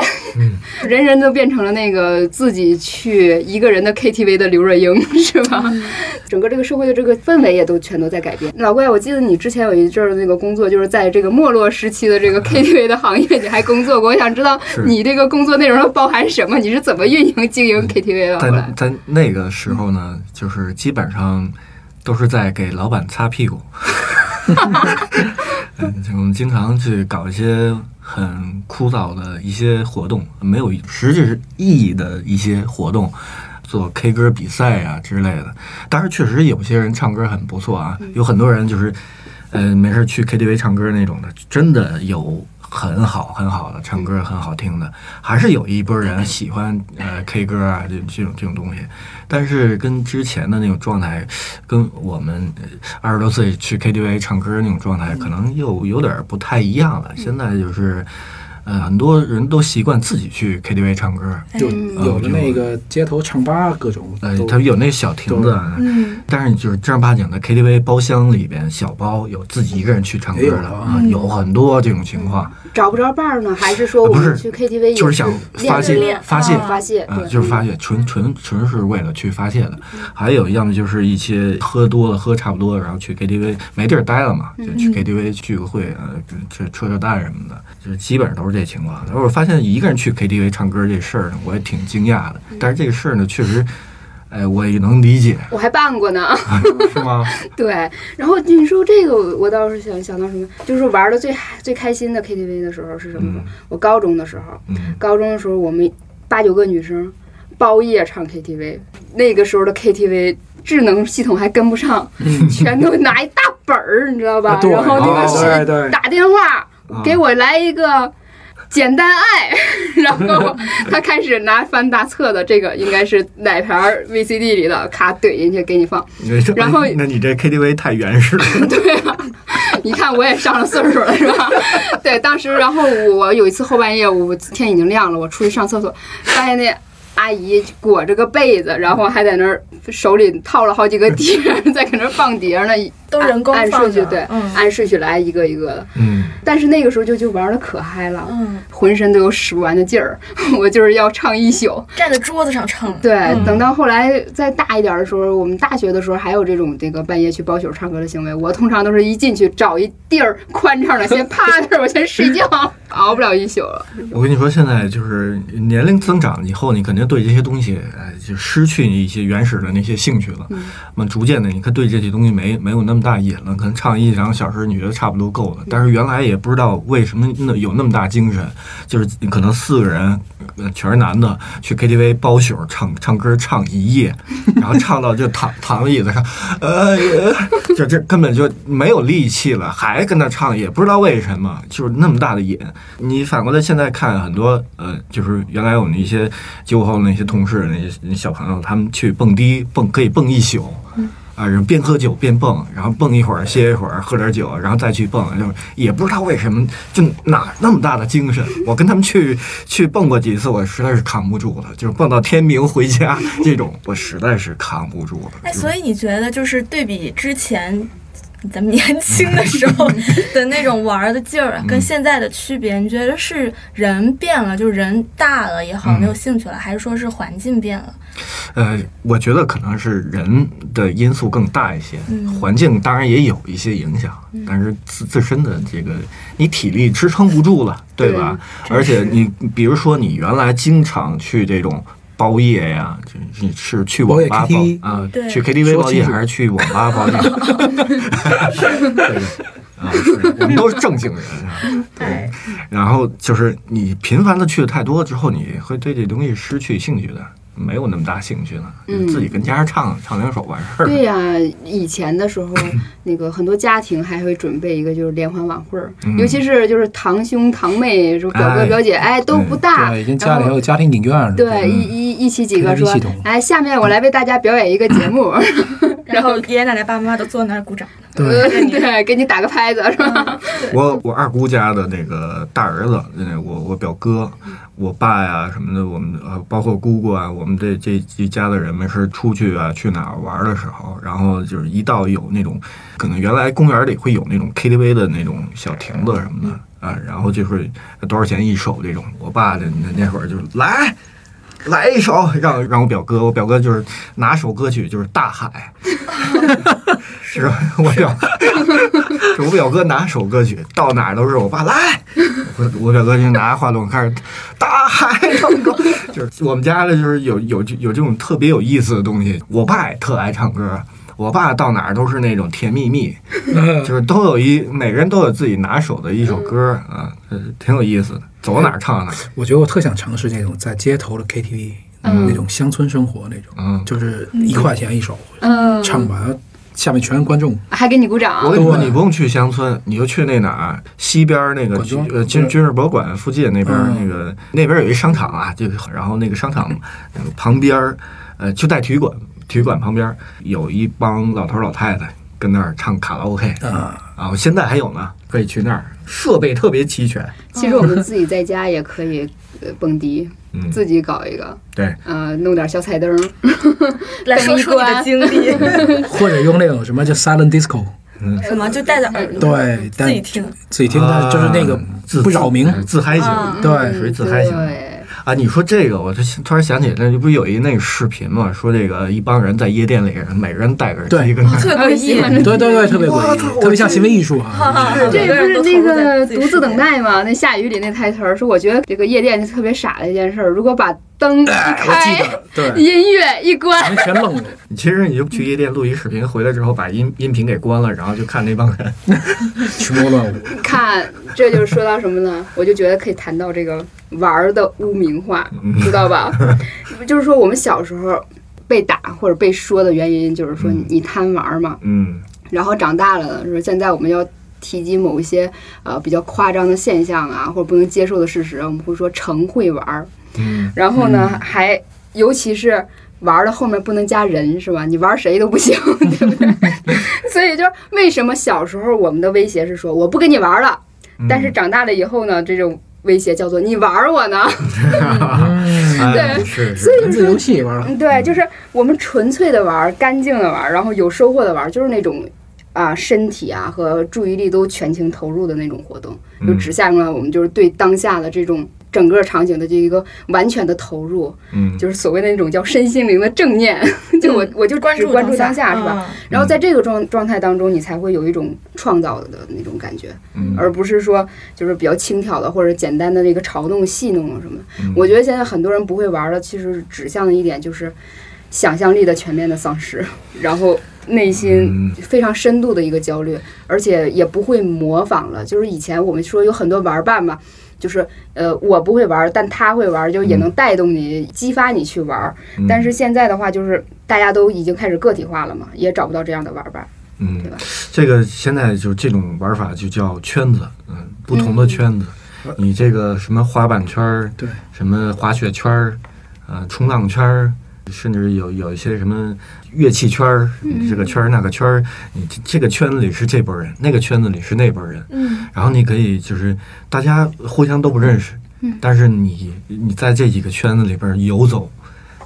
人人都变成了那个自己去一个人的 KTV 的刘若英， 是吧？嗯整个这个社会的这个氛围也都全都在改变。老怪，我记得你之前有一阵儿的那个工作，就是在这个没落时期的 这个 KTV 的行业，你还工作过。我想知道是你这个工作内容都包含什么？你是怎么运营经营 KTV 的？后来嗯但在那个时候呢，就是基本上都是在给老板擦屁股。 嗯，就我们经常去搞一些很枯燥的一些活动，没有实质意义的一些活动，做 K 歌比赛啊之类的。当然，确实有些人唱歌很不错啊，有很多人就是，呃，没事去 KTV 唱歌那种的，真的有很好很好的唱歌很好听的，还是有一波人喜欢呃 K 歌啊这这种这种东西。但是跟之前的那种状态，跟我们二十多岁去 KTV 唱歌那种状态，可能又有点不太一样了。现在就是。呃，很多人都习惯自己去 KTV 唱歌，就哎嗯有了那个街头唱吧，各种呃，都他有那小亭子，啊嗯，但是就是正儿八经的 KTV 包厢里边，小包有自己一个人去唱歌也有的啊啊，有很多这种情况，呃找不着伴儿呢，还是说我不们是去 KTV 也就是想练发着泄练发泄啊发泄，啊对，，就是发泄，纯纯纯是为了去发泄的。还有要么就是一些喝多了，喝差不多了，然后去 KTV 没地儿待了嗯嘛，就去 KTV 聚个会，呃，吃扯扯淡什么的，就是基本上都是这情况。然后我发现一个人去 KTV 唱歌这事儿呢，我也挺惊讶嗯的，但是这个事儿呢，确实，哎，我也能理解，我还办过呢。 是吗？对，然后你说这个，我我倒是想想到什么，就是玩的最最开心的 KTV 的时候是什么时候？嗯我高中的时候，嗯，高中的时候我们八九个女生包夜唱 KTV，那个时候的 KTV 智能系统还跟不上，全都拿一大本儿，你知道吧？嗯啊对然后那个哦是对对打电话给我来一个。简单爱， 然后他开始拿翻大册的，这个应该是奶盘儿 VCD 里的，咔怼进去给你放。然后哎那你这 KTV 太原始了，你看我也上了岁数了是吧？ 对，当时然后我有一次后半夜，我天已经亮了，我出去上厕所，发现那。阿姨裹着个被子，然后还在那儿手里套了好几个碟儿，在搁那儿放碟儿呢，都人工按按顺放序的，对，嗯按顺序来一个一个的。嗯，但是那个时候就就玩的可嗨了，嗯，浑身都有使不完的劲儿， 我就是要唱一宿。站在桌子上唱，对，等到后来再大一点的时候，我们大学的时候还有这种这个半夜去包宿唱歌的行为。我通常都是一进去找一地儿宽敞的，先趴那儿，我先睡 觉，熬不了一宿了。我跟你说，现在就是年龄增长以后，你肯定对这些东西，哎，就失去一些原始的那些兴趣了。那么逐渐的，你看对这些东西没没有那么大瘾了，可能唱一两个小时，你觉得差不多够了。但是原来也不知道为什么那有那么大精神，就是你可能四个人，呃全是男的，去 KTV 包宿唱唱歌唱一夜，然后唱到就躺躺在椅子上，呃，呃就这根本就没有力气了，还跟那唱，也不知道为什么，就是那么大的瘾。你反过来现在看很多呃，就是原来我们一些九五后那些同事、那些那些小朋友，他们去蹦迪蹦可以蹦一宿。啊，然后边喝酒边蹦，然后蹦一会儿，歇一会儿，喝点酒，然后再去蹦，就是也不知道为什么，就哪那么大的精神。我跟他们去去蹦过几次，我实在是扛不住了，就是蹦到天明回家 这种，我实在是扛不住了。哎，就是所以你觉得就是对比之前咱们年轻的时 候的那种玩儿的劲嗯儿啊，跟现在的区别，你觉得是人变了，就是人大了也好，嗯没有兴趣了，还是说是环境变了？呃，我觉得可能是人的因素更大一些，嗯环境当然也有一些影响，但是自自身的这个你体力支撑不住了，对吧？而且你比如说你原来经常去这种。包夜呀，这这是去网吧包包夜 KTV 啊对，去 KTV 说包清夜楚还是去网吧 包夜？对啊，是我们都是正经人啊。对，然后就是你频繁的去的太多之后，你会对这东西失去兴趣的，没有那么大兴趣了。嗯自己跟家唱唱两首完事儿。对呀、以前的时候，那个很多家庭还会准备一个就是联欢晚会儿，嗯尤其是就是堂兄堂妹、什么表哥哎表姐，哎，都不大，对，已经然家里后还有家庭影院了。对，一一一起几个 KTV 说系统，哎，下面我来为大家表演一个节目，然后爷爷奶奶、爸爸妈妈都坐那儿鼓掌。对， 对，给你打个拍子是吧？我我二姑家的那个大儿子，呃我我表哥，我爸呀什么的，我们呃包括姑姑啊，我们这这一家的人们是出去啊去哪儿玩的时候，然后就是一到有那种可能原来公园里会有那种 KTV 的那种小亭子什么的啊，然后就是多少钱一首这种，我爸那那那会儿就是来。来一首，让让我表哥，我表哥就是拿首歌曲就是《大海》， 是吧？我表是我表哥拿首歌曲，到哪儿都是我爸来，我我表哥就拿话筒开始大喊， 就是我们家的就是有有有这种特别有意思的东西。我爸也特爱唱歌，我爸到哪儿都是那种甜蜜蜜，就是都有一每个人都有自己拿手的一首歌啊，呃挺有意思的，走哪儿唱哪儿。我觉得我特想尝试那种在街头的 KTV，嗯那种乡村生活那种，嗯就是一块钱一首，嗯，唱完下面全是观众，还给你鼓掌我。跟你说，对你不用去乡村，你就去那哪儿西边儿那个管军庄呃军军事博物馆附近那边儿嗯那个那边儿有一商场啊，就然后那个商场呃旁边儿呃就在体育馆体育馆旁边儿有一帮老头儿老太太跟那儿唱卡拉 OK 啊，啊，我现在还有呢，可以去那儿，设备特别齐全。其实我们自己在家也可以呃蹦迪，嗯，自己搞一个，对，呃，弄点小彩灯，来说出你的 经历， 或者用那种什么叫 silent disco，什么就戴着耳朵对，自己但听，自己听，但是就是那个啊自不扰民，自自嗨型，啊对属于自嗨型。嗯对，啊，你说这个，我就突然想起，那不是有一那个视频嘛？说这个一帮人在夜店里，每人戴个耳对机跟那儿特诡异。对对对，特别哇诡操异，我特别像行为艺术哈啊。哈哈这每个人不都是那投入在个自己独世自等界待吗？那下雨里那台词儿，说我觉得这个夜店是特别傻的一件事儿。如果把灯一哎我记开，得，对，音乐一咱关，们全愣了。其实你就去夜店录一视频，回来之后把音音频给关了，然后就看那帮人。 群魔乱舞，看这就是说到什么呢？我就觉得可以谈到这个玩儿的污名化，嗯知 道吧？就是说我们小时候被打或者被说的原因，就是说嗯你贪玩儿嘛。嗯然后长大了，说现在我们要提及某一些呃比较夸张的现象啊，或者不能接受的事实，我们会说成会玩儿。嗯，然后呢，还尤其是玩儿的后面不能加人，是吧？你玩儿谁都不行， 对不对？所以就是嗯为什么小时候我们的威胁是说我不跟你玩儿了，但是长大了以后呢，这种威胁叫做“你玩我呢哎对是”，所是，以就文字是游戏也玩了，嗯，对，就是我们纯粹的玩儿，干净的玩儿，然后有收获的玩儿，就是那种啊，身体啊和注意力都全情投入的那种活动，就嗯指向了我们就是对当下的这种整个场景的这一个完全的投入，嗯，就是所谓的那种叫身心灵的正念， 就我我就关只注关注当下是吧？？然后在嗯这个状状态当中，你才会有一种创造的那种感觉，嗯而不是说就是比较轻佻的或者简单的那个嘲弄、戏弄啊什么的。嗯我觉得现在很多人不会玩的，其实指向的一点就是想象力的全面的丧失， 然后内心嗯非常深度的一个焦虑，而且也不会模仿了。就是以前我们说有很多玩伴嘛。就是，呃，我不会玩，但他会玩，就也能带动你、激发你去玩。嗯但是现在的话，就是大家都已经开始个体化了嘛，也找不到这样的玩伴。嗯对吧，这个现在就这种玩法就叫圈子，嗯，不同的圈子，嗯你这个什么滑板圈儿，对，什么滑雪圈儿，啊、冲浪圈儿，甚至有有一些什么乐器圈儿，你这个圈儿那个圈儿，你这这个圈子里是这拨人，那个圈子里是那拨人，嗯然后你可以就是大家互相都不认识，嗯但是你你在这几个圈子里边儿游走，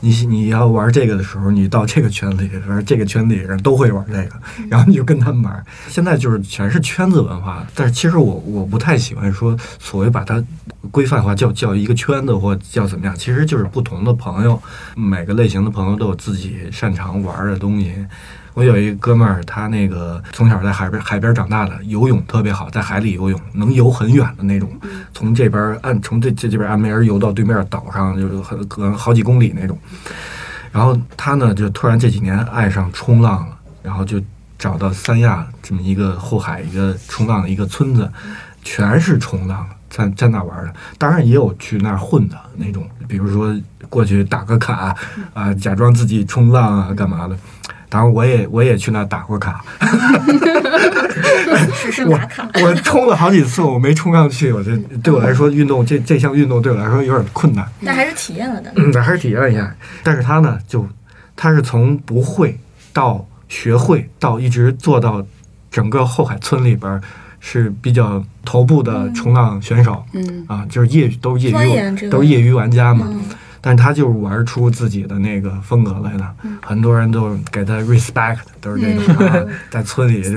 你你要玩这个的时候，你到这个圈子里边儿，这个圈子里人都会玩这个，然后你就跟他们玩儿。现在就是全是圈子文化，但是其实我我不太喜欢说所谓把它规范化叫叫一个圈子或叫怎么样，其实就是不同的朋友，每个类型的朋友都有自己擅长玩儿的东西。我有一个哥们儿，他那个从小在海边海边长大的，游泳特别好，在海里游泳能游很远的那种，从这边儿岸从这这这边儿岸边儿游到对面岛上，就是很可能好几公里那种。然后他呢，就突然这几年爱上冲浪了，然后就找到三亚这么一个后海一个冲浪的一个村子，全是冲浪的，在在那玩儿的。当然也有去那儿混的那种，比如说过去打个卡啊、假装自己冲浪啊，干嘛的。当然，我也我也去那儿打过卡，嗯，只是打卡。我冲了好几次，我没冲上去。我这对我来说，运动这这项运动对我来说有点困难。但还是体验了的，嗯，还是体验了一下。但是他呢，就他是从不会到学会，到一直做到整个后海村里边儿是比较头部的冲浪选手、嗯啊，就是业余都是业钻余研玩这个都是业余玩家嘛。嗯但是他就是玩出自己的那个风格来了，嗯很多人都给他 respect，都是这种、啊，在村里就是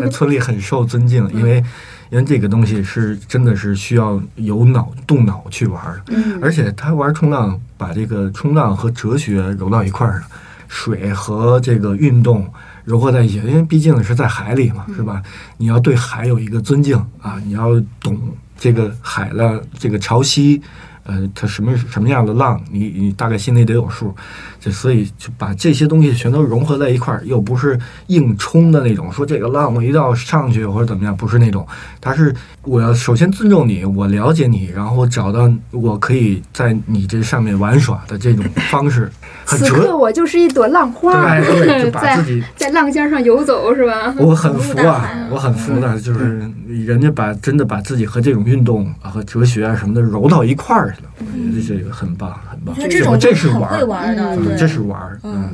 在村里很受尊敬，因嗯为因为这个东西是真的是需要有脑动脑去玩儿的，而且他玩冲浪，把这个冲浪和哲学揉到一块儿了，水和这个运动揉合在一起，因为毕竟是在海里嗯嘛，是吧？你要对海有一个尊敬啊，你要懂这个海的这个潮汐。呃，它什么什么样的浪，你你大概心里得有数，就所以就把这些东西全都融合在一块儿，又不是硬冲的那种，说这个浪我一定要上去或者怎么样，不是那种，它是我要首先尊重你，我了解你，然后找到我可以在你这上面玩耍的这种方式，很此刻哲，我就是一朵浪花，对哎对，就把嗯在自己在浪尖上游走是吧？我很服大啊海啊，我很服的，就是人家把真的把自己和这种运动啊和哲学啊什么的揉到一块儿去了，我觉得这个很棒，很棒。我觉得这种这是很玩会儿，玩的，嗯对，这是玩儿，嗯。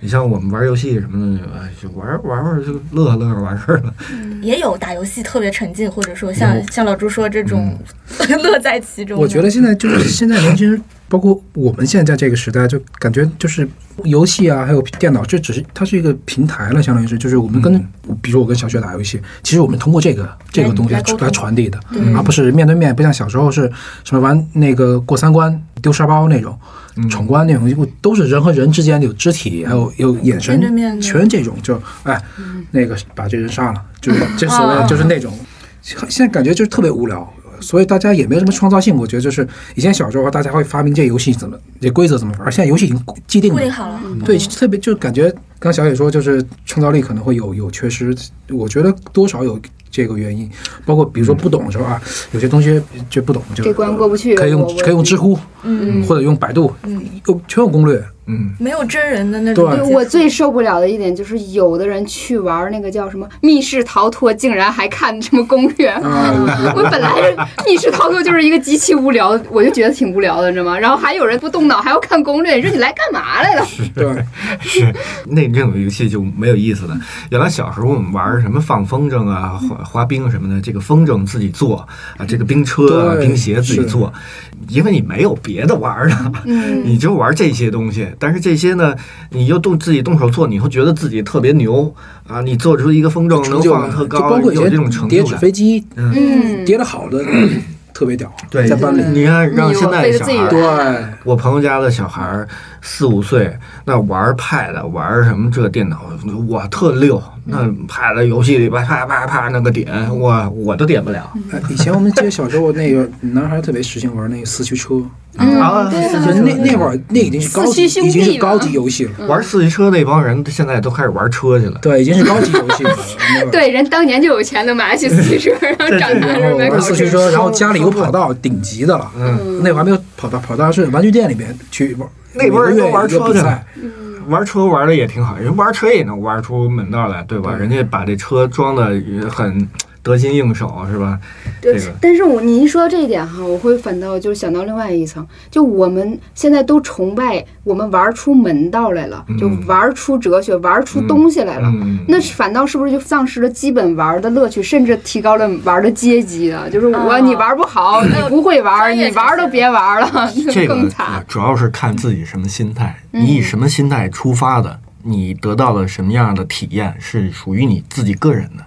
你像我们玩游戏什么的，哎，就玩儿玩儿玩儿就乐呵乐呵完事儿了。也有打游戏特别沉浸，或者说像有像老朱说这种 乐在其中嗯的。我觉得现在就是现在年轻人， 包括我们现在这个时代，就感觉就是游戏啊，还有电脑，这只是它是一个平台了，相当于是，就是我们跟，比如我跟小雪打游戏，其实我们通过这个这个东西来来沟通嗯来传递的对，而不是面对面，不像小时候是什么玩那个过三关丢沙包那种。嗯闯关那种，我都是人和人之间有肢体，还有有眼神，面对面的嗯全这种就哎，那个把这人杀了，就是这所啊谓的就是那种，现在感觉就是特别无聊，所以大家也没什么创造性。我觉得就是以前小时候大家会发明这游戏怎么这规则怎么玩，而现在游戏已经既定固了定，好了，对，特别就感觉刚小野说就是创造力可能会有有缺失，我觉得多少有。这个原因，包括比如说不懂的时候啊，有些东西就不懂，就这关过不去可以用我我可以用知乎，嗯或者用百度，有全有攻略。嗯，没有真人的那种对接触。对我最受不了的一点就是，有的人去玩那个叫什么密室逃脱，竟然还看什么攻略。 我本来是密室逃脱就是一个极其无聊，我就觉得挺无聊的，你知道吗？然后还有人不动脑，还要看攻略，你说你来干嘛来了？对，是那这种游戏就没有意思了。原来小时候我们玩什么放风筝啊、滑滑冰什么的，这个风筝自己做啊，这个冰车啊、对冰鞋自己是做，因为你没有别的玩了， 嗯，你就玩这些东西。但是这些呢，你又动自己动手做，你会觉得自己特别牛啊，你做出一个风筝能成就放得感，特就高，包括以有这种成前就叠纸感。飞机，嗯叠的好的 特别屌，对，在班里，你看让现在的小你孩我飞得儿最对远，我朋友家的小孩儿四五岁，那玩 Pad 玩什么这电脑，我特溜。那 Pad 游戏里边啪啪啪那个点，我我都点不了。哎以前我们记得小时候那个男孩特别喜欢玩那个四驱车，嗯啊，对啊四那驱车那会儿那已经是高四级，驱兄弟已经是高级游戏了，玩四驱车那帮人现在都开始玩车去了。对，已经是高级游戏了。那会儿对，人当年就有钱能买得起四驱车，然后长大时候买对玩跑四驱车。车，然后家里有跑道，顶级的了。嗯，那会儿还没有跑道，跑道是玩具店里面去玩，那波人都玩车每个月一个去比了赛，，玩车玩的也挺好，人玩车也能玩出门道来，对吧？对人家把这车装的很得心应手，是吧？对这个，但是我你一说这一点哈，我会反倒就想到另外一层，就我们现在都崇拜我们玩出门道来了，就嗯玩出哲学，玩出东西来了。嗯，那反倒是不是就丧失了基本玩的乐趣，甚至提高了玩的阶级啊？就是我、哦你玩不好，你不会玩，专业你才玩都别玩了，这个更惨。主要是看自己什么心态，嗯你以什么心态出发的，你得到了什么样的体验是属于你自己个人的。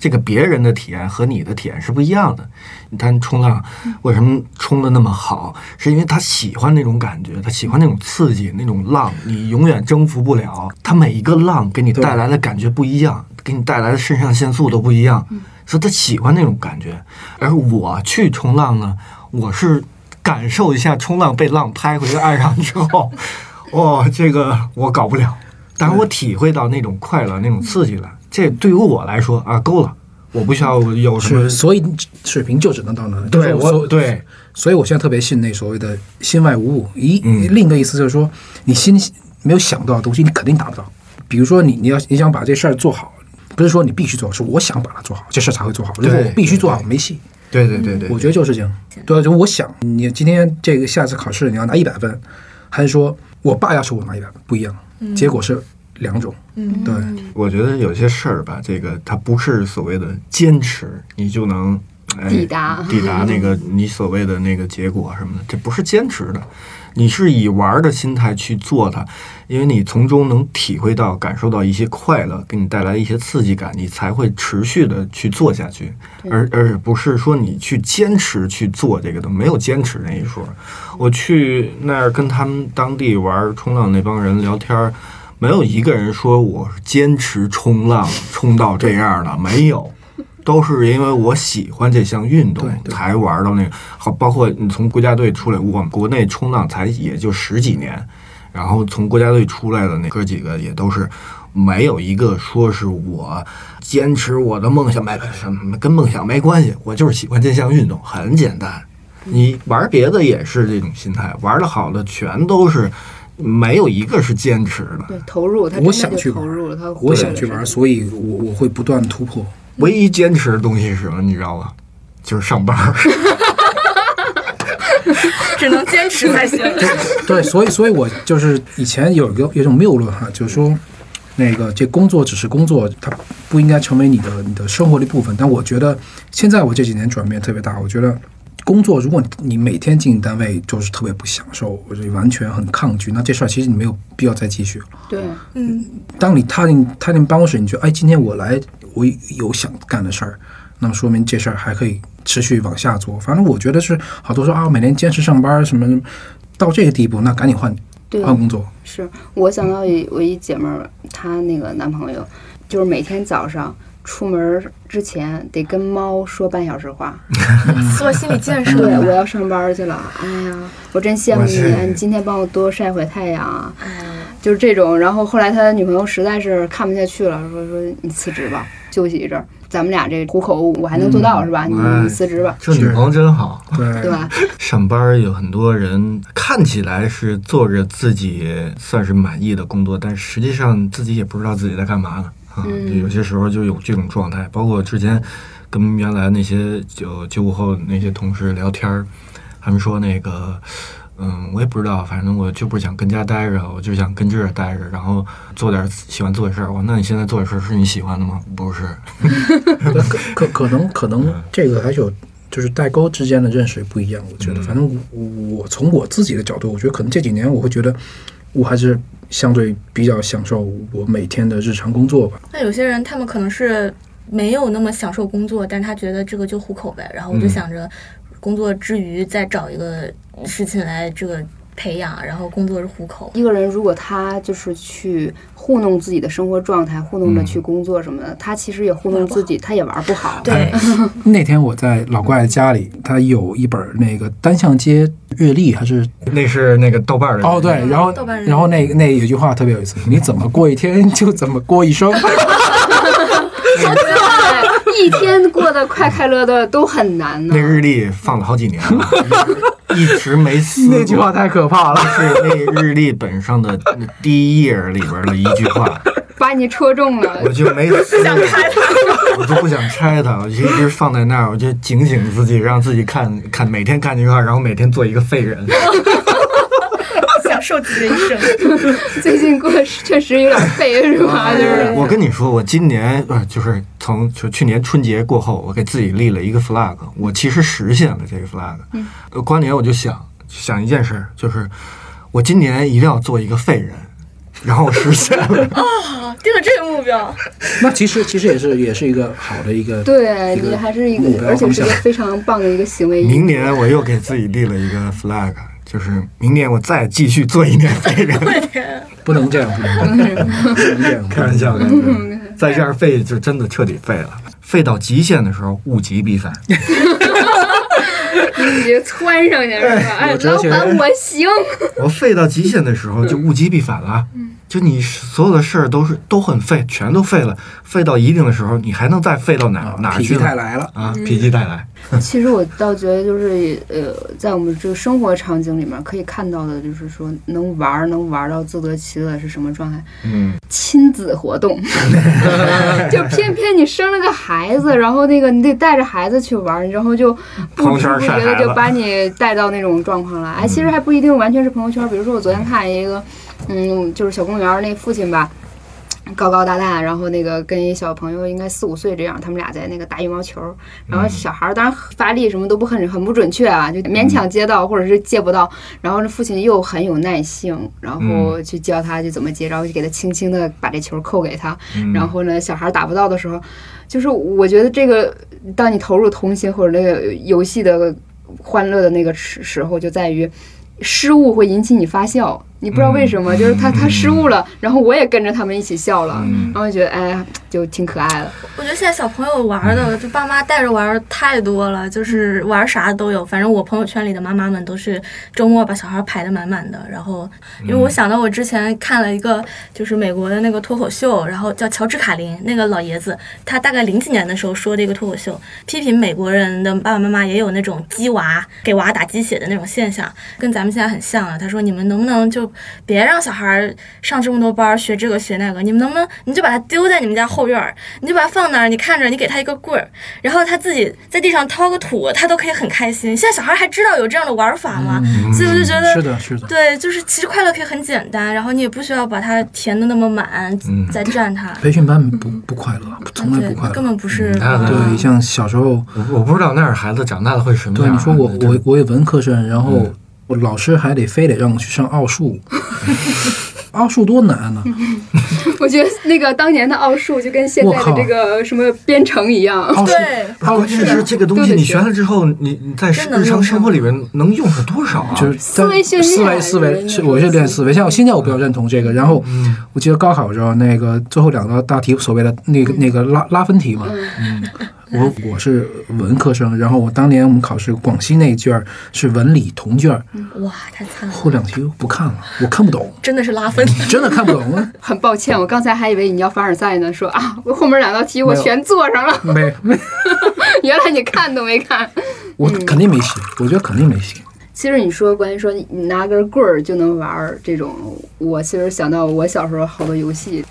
这个别人的体验和你的体验是不一样的。你看冲浪，为什么冲的那么好？是因为他喜欢那种感觉，他喜欢那种刺激，那种浪，你永远征服不了。他每一个浪给你带来的感觉不一样，给你带来的肾上腺素都不一样，所以他喜欢那种感觉。而我去冲浪呢，我是感受一下冲浪被浪拍回了岸上之后， 哦，这个我搞不了，但是我体会到那种快乐、那种刺激了。这对于我来说啊，够了，我不需要有什么是，。所以水平就只能到那。对就是我，对所以我现在特别信那所谓的心外无物。一、嗯另一个意思就是说，你心没有想到的东西，你肯定达不到。比如说你，你要你想把这事儿做好，不是说你必须做好，是我想把它做好，这事儿才会做好。如果对我必须做好，没戏。对对对对，我觉得就是这样。对，就我想，你今天这个下次考试你要拿一百分，还是说我爸要求我拿一百分，不一样，嗯结果是两种。嗯对，我觉得有些事儿吧，这个它不是所谓的坚持，你就能、哎抵嗯达抵达那个你所谓的那个结果什么的，这不是坚持的。你是以玩儿的心态去做它，因为你从中能体会到、感受到一些快乐，给你带来一些刺激感，你才会持续的去做下去，而而不是说你去坚持去做这个的，没有坚持那一说。我去那儿跟他们当地玩儿冲浪那帮人聊天儿，没有一个人说我是坚持冲浪冲到这样的，没有，都是因为我喜欢这项运动才玩到那个。好，包括你从国家队出来，我们国内冲浪才也就十几年，然后从国家队出来的那哥几个也都是。没有一个说是我坚持我的梦想，没哎什么跟梦想没关系，我就是喜欢这项运动，很简单。你玩别的也是这种心态，玩的好的全都是没有一个是坚持的。对，投入，他真我的想去就玩投入了，他我想去玩，所以我我会不断突破。唯一坚持的东西是什么？你知道吗？就是上班儿。 只能坚持才行。 对，所以所以我就是以前有一个有一种谬论哈，就是说。那个，这工作只是工作，它不应该成为你的你的生活的一部分。但我觉得现在我这几年转变特别大，我觉得工作，如果你每天进单位就是特别不享受，或者完全很抗拒，那这事儿其实你没有必要再继续了。对，嗯，当你踏进踏进办公室，你觉得哎，今天我来，我有想干的事儿，那么说明这事儿还可以持续往下做。反正我觉得是好多说啊，每天坚持上班什么什么，到这个地步，那赶紧换对换工作。是我想到一我一姐妹儿，她那个男朋友，就是每天早上出门儿之前得跟猫说半小时话，嗯做心理建设。对，我要上班儿去了。哎呀，我真羡慕我你是啊，你今天帮我多晒会太阳啊，就是这种。然后后来他女朋友实在是看不下去了，说说你辞职吧，休息一阵儿。咱们俩这虎口我还能做到、是吧？你哎你辞职吧， 这女朋友真好。对对吧？上班儿有很多人看起来是做着自己算是满意的工作，但实际上自己也不知道自己在干嘛呢。啊，嗯就有些时候就有这种状态。包括我之前跟原来那些九九五后那些同事聊天儿，他们说那个，嗯，我也不知道，反正我就不是想跟家待着，我就想跟这儿待着，然后做点儿喜欢做的事儿。我说那你现在做的事儿是你喜欢的吗？不是，可可能可能这个还是有，就是代沟之间的认识不一样。我觉得，嗯反正我我从我自己的角度，我觉得可能这几年我会觉得，我还是相对比较享受我每天的日常工作吧。那有些人他们可能是没有那么享受工作，但是他觉得这个就糊口呗，然后我就嗯想着工作之余再找一个事情来这个培养，然后工作是糊口。一个人如果他就是去糊弄自己的生活状态，糊弄着嗯去工作什么的，他其实也糊弄自己，他也玩不 好。对，那天我在老怪家里，他有一本那个单向街日历，还是那是那个豆瓣儿的哦对，然后豆瓣人然后那那有句话特别有意思，你怎么过一天 就怎么过 一生。对一天过得快快乐乐都很难呢那。日历放了好几年了，一直没撕过。那句话太可怕了。是那日历本上的第一页里边的一句话，把你戳中了我，就没撕过，我就不想拆它，我就一直放在那儿，我就警醒自己，让自己看看每天看这句话，然后每天做一个废人。 享受自己的一生。 最近过得确实有点 废，是哎吧？就是我跟你说，我今年呃，就是从就去年春节过后，我给自己立了一个 flag，我其实实现了这个 flag。呃，关联我就想想一件事儿，就是我今年一定要做一个废人，然后我实现 了。啊，定了这个目标，那其实其实也是也是一个好的一个对一个你还是一目个，标而且方是一向个非常棒的一个行为。明年我又给自己立了一个 flag，就是明年我再继续做一年废人。不能这样，不能这样，不能 这 样。开玩笑，开玩笑，在这儿废就真的彻底废了。废到极限的时候，物极必反。你直接窜上去是吧？哎，我哲老学板，我 行。我废到极限的时候，就物极必反了。嗯就你所有的事儿都是都很废，全都废了。废到一定的时候，你还能再废到哪啊哪否极去泰呢？来了，嗯啊，否极泰来。其实我倒觉得就是呃，在我们这个生活场景里面可以看到的，就是说能玩儿能玩儿到自得其乐是什么状态？嗯，亲子 活动， 就偏偏你生了个孩子，然后那个你得带着孩子去玩儿，然后就不朋友知圈不晒觉的孩就子把你带到那种状况了。哎，其实还不一定完全是朋友圈，比如说我昨天看一个，嗯，就是小公园儿那父亲吧。高高大大，然后那个跟一小朋友应该四五岁这样，他们俩在那个打羽毛球，然后小孩儿当然发力什么都不很很不准确啊，就勉强接到或者是接不到，然后这父亲又很有耐性，然后去教他去怎么接，然后就给他轻轻的把这球扣给他，嗯然后呢，小孩打不到的时候，就是我觉得这个，当你投入同情或者那个游戏的欢乐的那个时时候，就在于失误会引起你发笑，你不知道为什么，就是他他失误了，然后我也跟着他们一起笑了，嗯然后就觉得哎，就挺可爱的。 我觉得现在小朋友玩的，就爸妈带着玩儿太多了，就是玩啥都有。反正我朋友圈里的妈妈们都是周末把小孩排得满满的。然后，因为我想到我之前看了一个，就是美国的那个脱口秀，然后叫乔治卡林那个老爷子，他大概零几年的时候说这个脱口秀，批评美国人的爸爸妈妈啊也有那种鸡娃给娃打鸡血的那种现象，跟咱们现在很像啊。他说你们能不能就别让小孩儿上这么多班儿学这个学那个，你们能不能你就把他丢在你们家后院儿，你就把它放那儿，你看着，你给他一个棍儿，然后他自己在地上掏个土，他都可以很开心。现在小孩还知道有这样的玩法吗？所以我就觉嗯是得。的，是的。对，就是其实快乐可以很简单，然后你也不需要把它填的那么满，嗯再占它。培训班不不快乐，从来对不快根乐。本不是。嗯他嗯对，像小时候，我我不知道那儿孩子长大了会什么对嗯样啊。你说我那我我有文科生，然后我老师还得非得让我去上奥数，奥数多难啊呢！我觉得那个当年的奥数就跟现在我的靠这个什么编程一 样，奥数对关键是这个东西，你学了之后，你你在真的日常生活里面能用上多少啊？就是思维训在练思维思人维家是，说我是练思维。像我现在我比较认同这个。然后我记得高考的时候，那个最后两道大题，所谓的那个那个拉拉分题嘛，我嗯我是文科生，然后我当年我们考试广西那一卷儿是文理同卷儿，哇，太惨了，后两题不看了，我看不懂，真的是拉分。真的看不懂，很抱歉，我刚才还以为你要凡尔赛呢，说啊，我后面两道题我全做上了， 没没，原来你看都没看。我肯定没写，我觉得肯定没写。其实你说关于说你拿根棍儿就能玩儿这种，我其实想到我小时候好多游戏，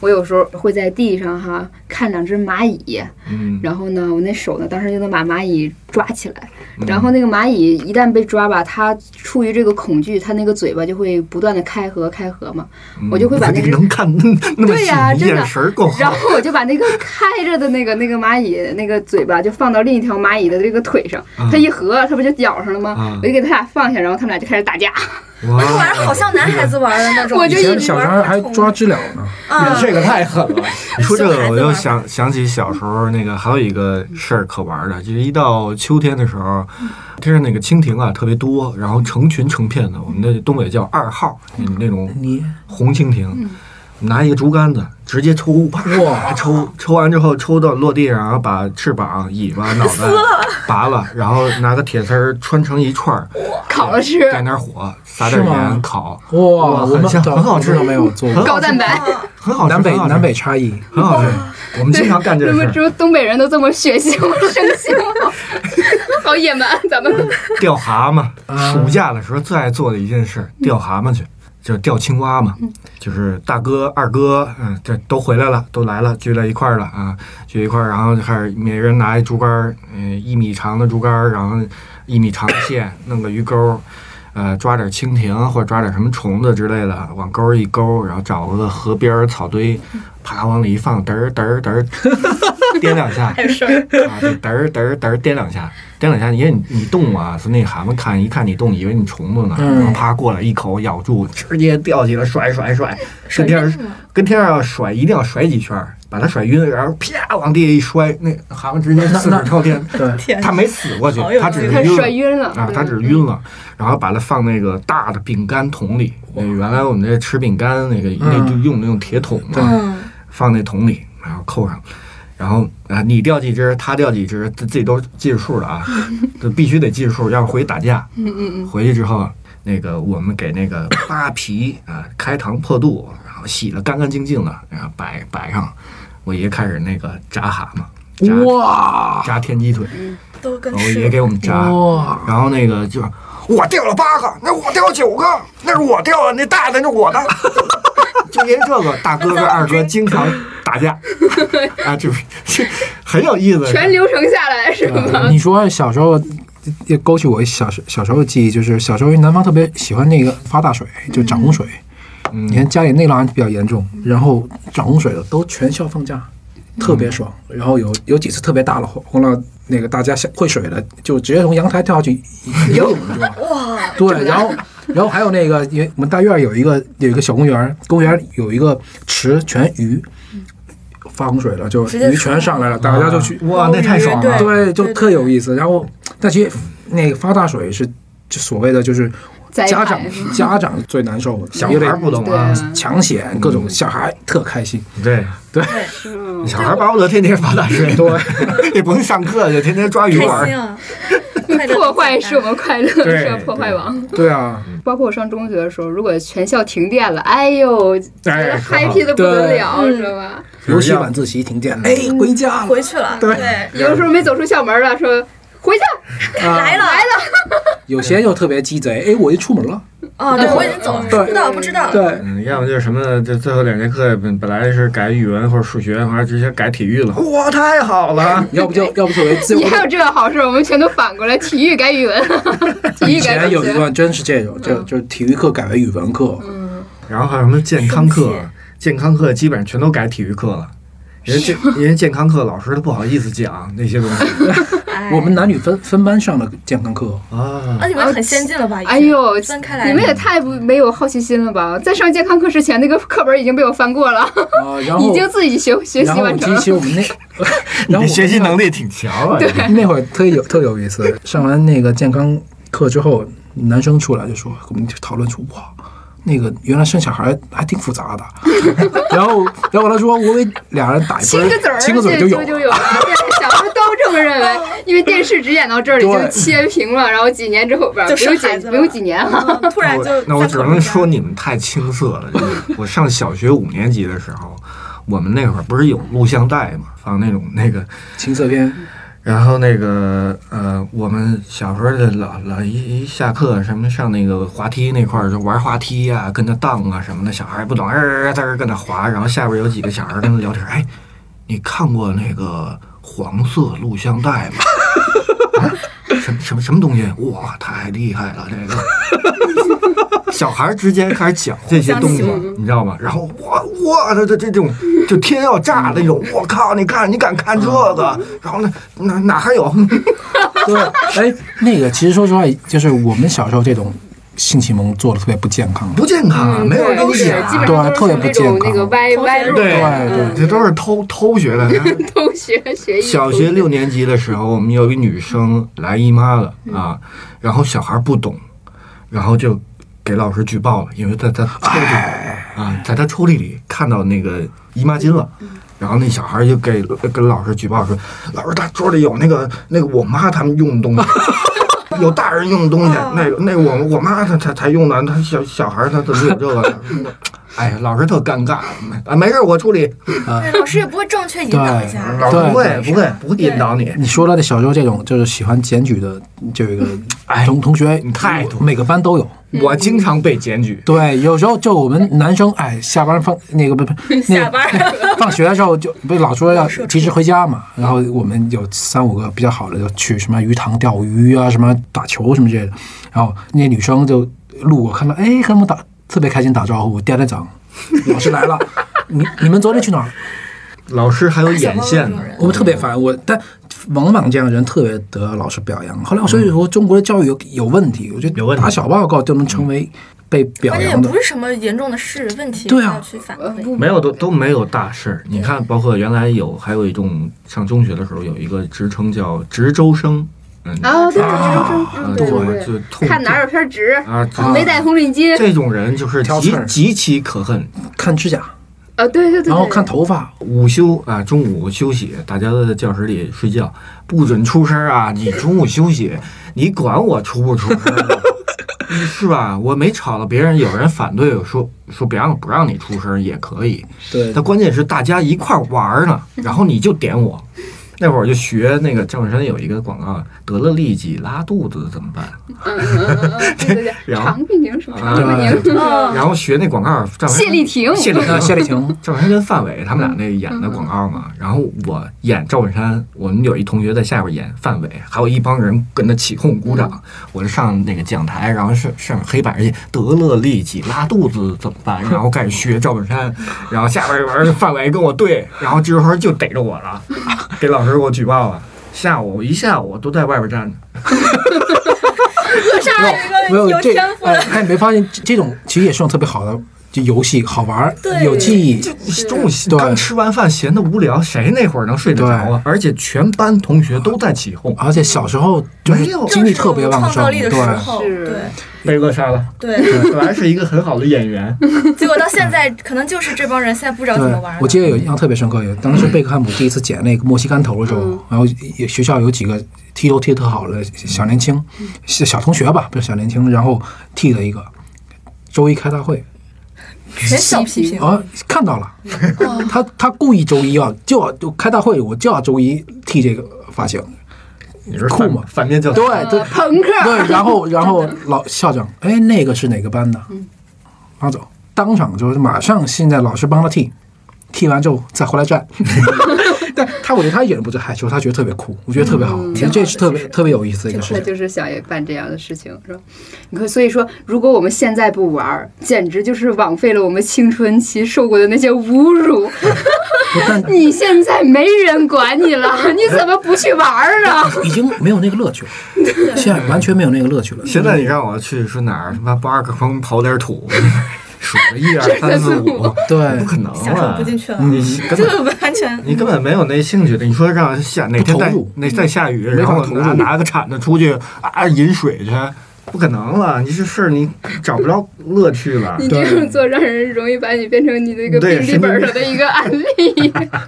我有时候会在地上哈看两只蚂蚁，嗯，然后呢，我那手呢，当时就能把蚂蚁抓起来。然后那个蚂蚁一旦被抓吧，它出于这个恐惧，它那个嘴巴就会不断的开合开合嘛。我就会把那 个，能看那么对细，呀你真的眼神儿够好然。后我就把那个开着的那个 那个蚂蚁那个嘴巴就放到另一条蚂蚁的这个腿上，啊它一合，它不就咬上了吗？啊我就给它俩放下，然后它们俩就开始打架。哇，这玩意儿好像男孩子玩的那种，我以就一前直小玩时儿候还童抓知了呢， 啊，这个太狠了，你 说这小孩个，子我又玩想想起小时候那个还有一个事儿可玩儿的，就是一到秋天的时候，天上那个蜻蜓啊特别多，然后成群成片的，我们那东北叫二号，那那种你红蜻蜓，拿一个竹竿子直接抽，啪哇抽抽完之后抽到落地上，然后把翅膀、尾巴、脑袋拔了，然后拿个铁丝儿穿成一串儿，烤了吃，蘸点火，撒点是吗盐烤，哇，哇我们很像早很好吃知道没有做很过好高蛋白。很好吃，南北很好吃南北差 异，很好吃，我们经常干这怎个么事儿只。有东北人都这么血腥生性？好野蛮， 咱们钓蛤蟆，啊暑假的时候最爱做的一件事，钓蛤蟆去，就是钓青蛙嘛，就是大哥、二哥，嗯，这都回来了，都来了，聚在一块儿了啊，聚一块儿，然后就开始每人拿一竹竿儿，嗯、一米长的竹竿儿，然后一米长的线，弄个鱼钩 儿。呃，抓点蜻蜓或者抓点什么虫子之类的，往钩儿一勾，然后找个河边儿草堆，啪往里一放，嘚儿嘚儿嘚儿， 颠两下，还有事儿，啊，就嘚儿嘚儿嘚儿颠两下，颠两下，因为你你动啊，是那蛤蟆看一看你动，以为你虫子呢，嗯然后啪过来一口咬住，直接吊起来甩甩甩，跟天儿是吗跟天上甩，一定要甩几圈儿，把它甩晕，然后啪往地下一摔，那蛤蟆直 接四那指朝天，对，天它没死过去好，有它只是劲他晕摔了。晕了啊，它只是晕了，然后把它放那个大的饼干桶里。那原来我们这吃饼干那个，那嗯就用那种铁桶嘛，嗯，放那桶里，然后扣上，然后啊，你钓几只，他钓几只，这这都记着数了 啊，这必须得记着数，要不回去打架。嗯嗯嗯。回去之后，那个我们给那个扒皮啊，开膛破肚，然后洗得干干净净的，然后摆摆上。我爷开始那个炸蛤蟆，炸哇炸天鸡腿，都跟我爷吃给我们炸。哇，然后那个就是我掉了八个，那我掉九个，那是我掉的，那大的那是我的。 就因为这个，大哥跟二哥经常打架，啊，就是是 很有意思。全流程下来是啊吧？你说小时候也勾起我小时小时候的记忆，就是小时候南方特别喜欢那个发大水，就涨洪水。嗯你看家里内涝比较严重，然后涨洪水了都全校放假，特别爽。然后有有几次特别大了，洪涝那个大家下会水了，就直接从阳台跳下去游泳去了。哇，对，然后然后还有那个，因为我们大院儿有一个有一个小公园儿，公园儿有一个池全鱼，发洪水了，就直接鱼冲全上来了，大家啊就去哇，那太爽了。啊对，就对特有意思。然后，但其实那个发大水是就所谓的就是灾家害长是家长最难受的，小因孩为儿不懂嗯啊，对抢险各种，小孩特开心。对，嗯小孩巴不得天天发大水，对， 也甭上课，就天天抓鱼开玩心儿。啊！快乐 破坏是我们快乐，对是吧破坏王。对啊，嗯包括我上中学的时候，如果全校停电了，哎呦，哎，嗨皮的不得了，知道吧？尤其晚自习停电了，哎，回家了回去了，对对，有的时候没走出校门了，说回去，来了啊来了，啊有些又特别鸡贼，哎，我就出门了。哦，对我已经走了，对不知道不知道，对，嗯，要么就是什么，就最后两节课本本来是改语文或者数学，后来直接改体育了。哇，太好了！要不就要不特别自由你。还有这好事，我们全都反过来，体育改语 文，体以育改前数有一学。段真是这种，就就是体育课改为语文课，然后还有什么健康生课气，健康课基本上全都改体育课了。人家 健人家健康课老师都不好意思讲那些东西哎我们男女分分班上的健康课，啊啊，，你们很先进了吧？已经哎呦分开来，你们也太不没有好奇心了吧！在上健康课之前，那个课本已经被我翻过了，啊，然后已经自己学学习然后完成其了。实我们那， 你然后我的们学习能力挺强啊。你 那会儿特有特有意思，上完那个健康课之后，男生出来就说，我们就讨论出哇，那个原来生小孩还挺复杂的。 然后然后他说，我给俩人打一亲分个嘴儿，儿，亲个嘴就哎有就有了。对，小时候都这么认为， 因为电视只演到这儿里就对切屏了，然后几年之后不就不用生孩几子了不用几年了，嗯突哎然我 就那我在只考虑能这样说你们太青涩了。就是我上小学五年级的时候，我们那会儿不是有录像带嘛，放那种那个青涩片，然后那个呃，我们小时候的老老一一下课什么上那个滑梯那块儿就玩滑梯呀、跟着荡啊什么的，小孩儿不懂，呃在那儿跟那滑，然后下边有几个小孩儿跟他聊天，哎，你看过那个黄色录像带吗？啊，什么什么什么东西？哇，太厉害了，这个。小孩儿之间开始讲这些东西相，你知道吗？然后哇哇，这这这种就天要炸那种，我靠！你看你敢看这个？然后呢，哪哪还有？对，哎，那个其实说实话，就是我们小时候这种性启蒙做的特别不健康，不健康啊，嗯，没有对人对写啊基本上都对是特别不这种健康那个歪同学歪路录对对嗯这都是偷偷学 的。偷学学艺。小学六年级的时候，我们有一女生来姨妈了啊，然后小孩不懂，然后就给老师举报了，因为在他抽屉啊，在他抽屉里看到那个姨妈巾了。然后那小孩就给跟老师举报说：“老师，他桌里有那个那个我妈他们用的东西，有大人用的东西，那个那个我我妈她才才用的，她小小孩她怎么有这个？”哎呀，老师特尴尬啊，没事，我处理。对老师也不会正确引导一下，老师不会不对会不会引导你。你说到的小时候这种就是喜欢检举的，就有一个同同学你太多了每个班都有。我经常被检举。对，有时候就我们男生，哎，下班放那个 不不，那下个班儿 放学的时候就不是老说要及时回家嘛，然后我们有三五个比较好的就去什么鱼塘钓鱼啊，什么打球什么之类的，然后那女生就路过看到，哎，和我们打特别开心打招呼，第二天早上 老师来了，你你们昨天去哪儿？老师还有眼线呢，我特别烦我，但往往这样的人特别得老师表扬。后来我所以说中国的教育有有问题，我觉嗯有得问题打小报告就能成为被表关键也扬的不。是什么严重的事问题，对啊要去反呃馈。不没有都都没有大事儿。你看，包括原来有，还有一种上中学的时候有一个职称叫值周生，嗯，啊，对啊对对对对就对，痛看哪儿有片纸，啊，这没带红领 巾，这种人就是挑极刺儿极其可恨。看指甲，啊，对对对，然后对看头发，午休啊，中午休息，大家都在教室里睡觉，不准出声儿啊！你中午休息，你管我出不出声儿啊？ 是吧？我没吵到别人，有人反对说说不让不让你出声儿也可以，对他关键是大家一块儿玩儿呢，然后你就点我。那会儿就学那个郑本山有一个广告，得了痢疾拉肚子怎么办？嗯嗯嗯嗯嗯，对 对对，然后常碧宁什么常啊碧宁，嗯，然后学那广告，郑本山 谢丽婷，谢丽 那婷，谢丽婷，赵本山跟范伟他们俩那演的广告嘛，然后我演赵本山，我们有一同学在下边演范伟，还有一帮人跟着起哄鼓掌。我就上那个讲台，然后上上黑板去得了痢疾拉肚子怎么 办？然后开始学赵本山，然后下边有人范伟跟我对，然后这时候就逮着我 了，给老师给我举报了。下午一下午都在外边站着，我上来没有有一个有这天赋哎的，哎，你没发现这这种其实也是种特别好的就游戏，好玩儿对，有记忆。就中午对刚吃完饭闲得无聊，谁那会儿能睡得着啊？而且全班同学都在起哄，而且小时候就没是有精力特别旺创盛，造力的对时，候，是对被扼杀了。对， 本来是一个很好的演员，结果到现在可能就是这帮人现在不知道怎么玩对了，。我记得有印象特别深刻，有当时贝克汉姆第一次剪那个莫西干头的时候，嗯然后也学校有几个踢球踢得特好的小年轻，嗯小小同学吧，不是小年轻，然后剃了一个。周一开大会全小批评，啊，看到了，他他故意周一啊，就要就开大会，我就要周一剃这个发型， 你是酷吗反面教材对对朋克，对，然后然后老校长，哎，那个是哪个班的？拉走，当场就是马上，现在老师帮他剃，剃完之后再回来站。但他我觉得他一点都不是害羞，他觉得特别酷，我觉得特别好，我觉得这是特别特别有意思的一个事他情。就是想也办这样的事情，是吧？你看，所以说，如果我们现在不玩儿，简直就是枉费了我们青春期受过的那些侮辱。不但 你现在没人管你 了，你怎么不去玩儿啊 呢？已经没有那个乐趣了，现在完全没有那个乐趣了。现在你让我去说哪儿他妈挖个坑刨点土，数个一二三四五，对不可能享受啊不！进去了， 你根这本个完全你根本没有那兴趣的。你说让下哪天不投再入那再下雨，没然法后投入拿拿个铲子出去啊引水去，不可能了，你这事儿你找不着乐趣了。你这样做让人容易把你变成你的一个对病历本上的一个案 例。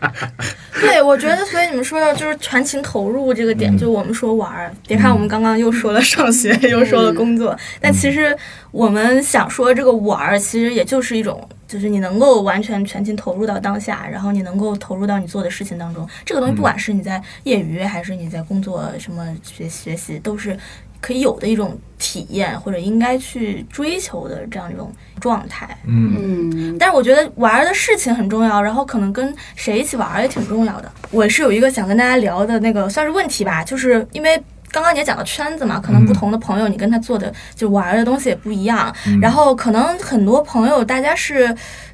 对，我觉得，所以你们说到就是全情投入这个点，就我们说玩儿，别看我们刚刚又说了上学，又说了工作，但其实我们想说这个玩儿，其实也就是一种，就是你能够完全全情投入到当下，然后你能够投入到你做的事情当中。这个东西，不管是你在业余还是你在工作，什么学学习，都是可以有的一种体验，或者应该去追求的这样一种状态。嗯，嗯，但是我觉得玩儿的事情很重要，然后可能跟谁一起玩儿也挺重要的。我是有一个想跟大家聊的那个算是问题吧，就是因为。刚刚你也讲到圈子嘛，可能不同的朋友，你跟他做的就玩儿的东西也不一样，然后可能很多朋友大家是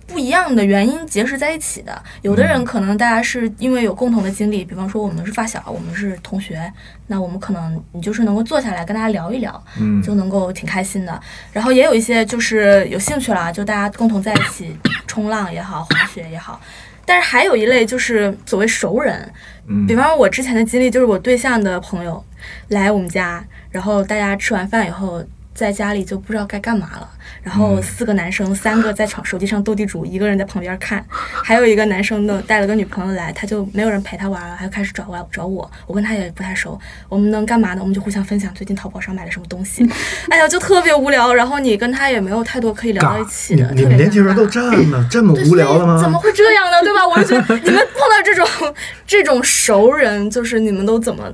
不一样的原因结识在一起的。有的人可能大家是因为有共同的经历，比方说我们是发小，我们是同学，那我们可能你就是能够坐下来跟大家聊一聊，嗯就能够挺开心的。然后也有一些就是有兴趣了，啊就大家共同在一起冲浪也好，滑雪也好。但是还有一类就是所谓熟人，嗯比方说我之前的经历就是我对象的朋友来我们家，然后大家吃完饭以后。在家里就不知道该干嘛了，然后四个男生，三个在场手机上斗地主，一个人在旁边看，还有一个男生呢带了个女朋友来，他就没有人陪他玩了，他就开始找我找我，我跟他也不太熟，我们能干嘛呢？我们就互相分享最近淘宝上买了什么东西，哎呀，就特别无聊，然后你跟他也没有太多可以聊到一尬，起你的，你们特别年轻人尴都尬这么这么对无聊了所以怎么吗？会这样呢？对吧？我就觉得你们碰到这种这种熟人，就是你们都怎么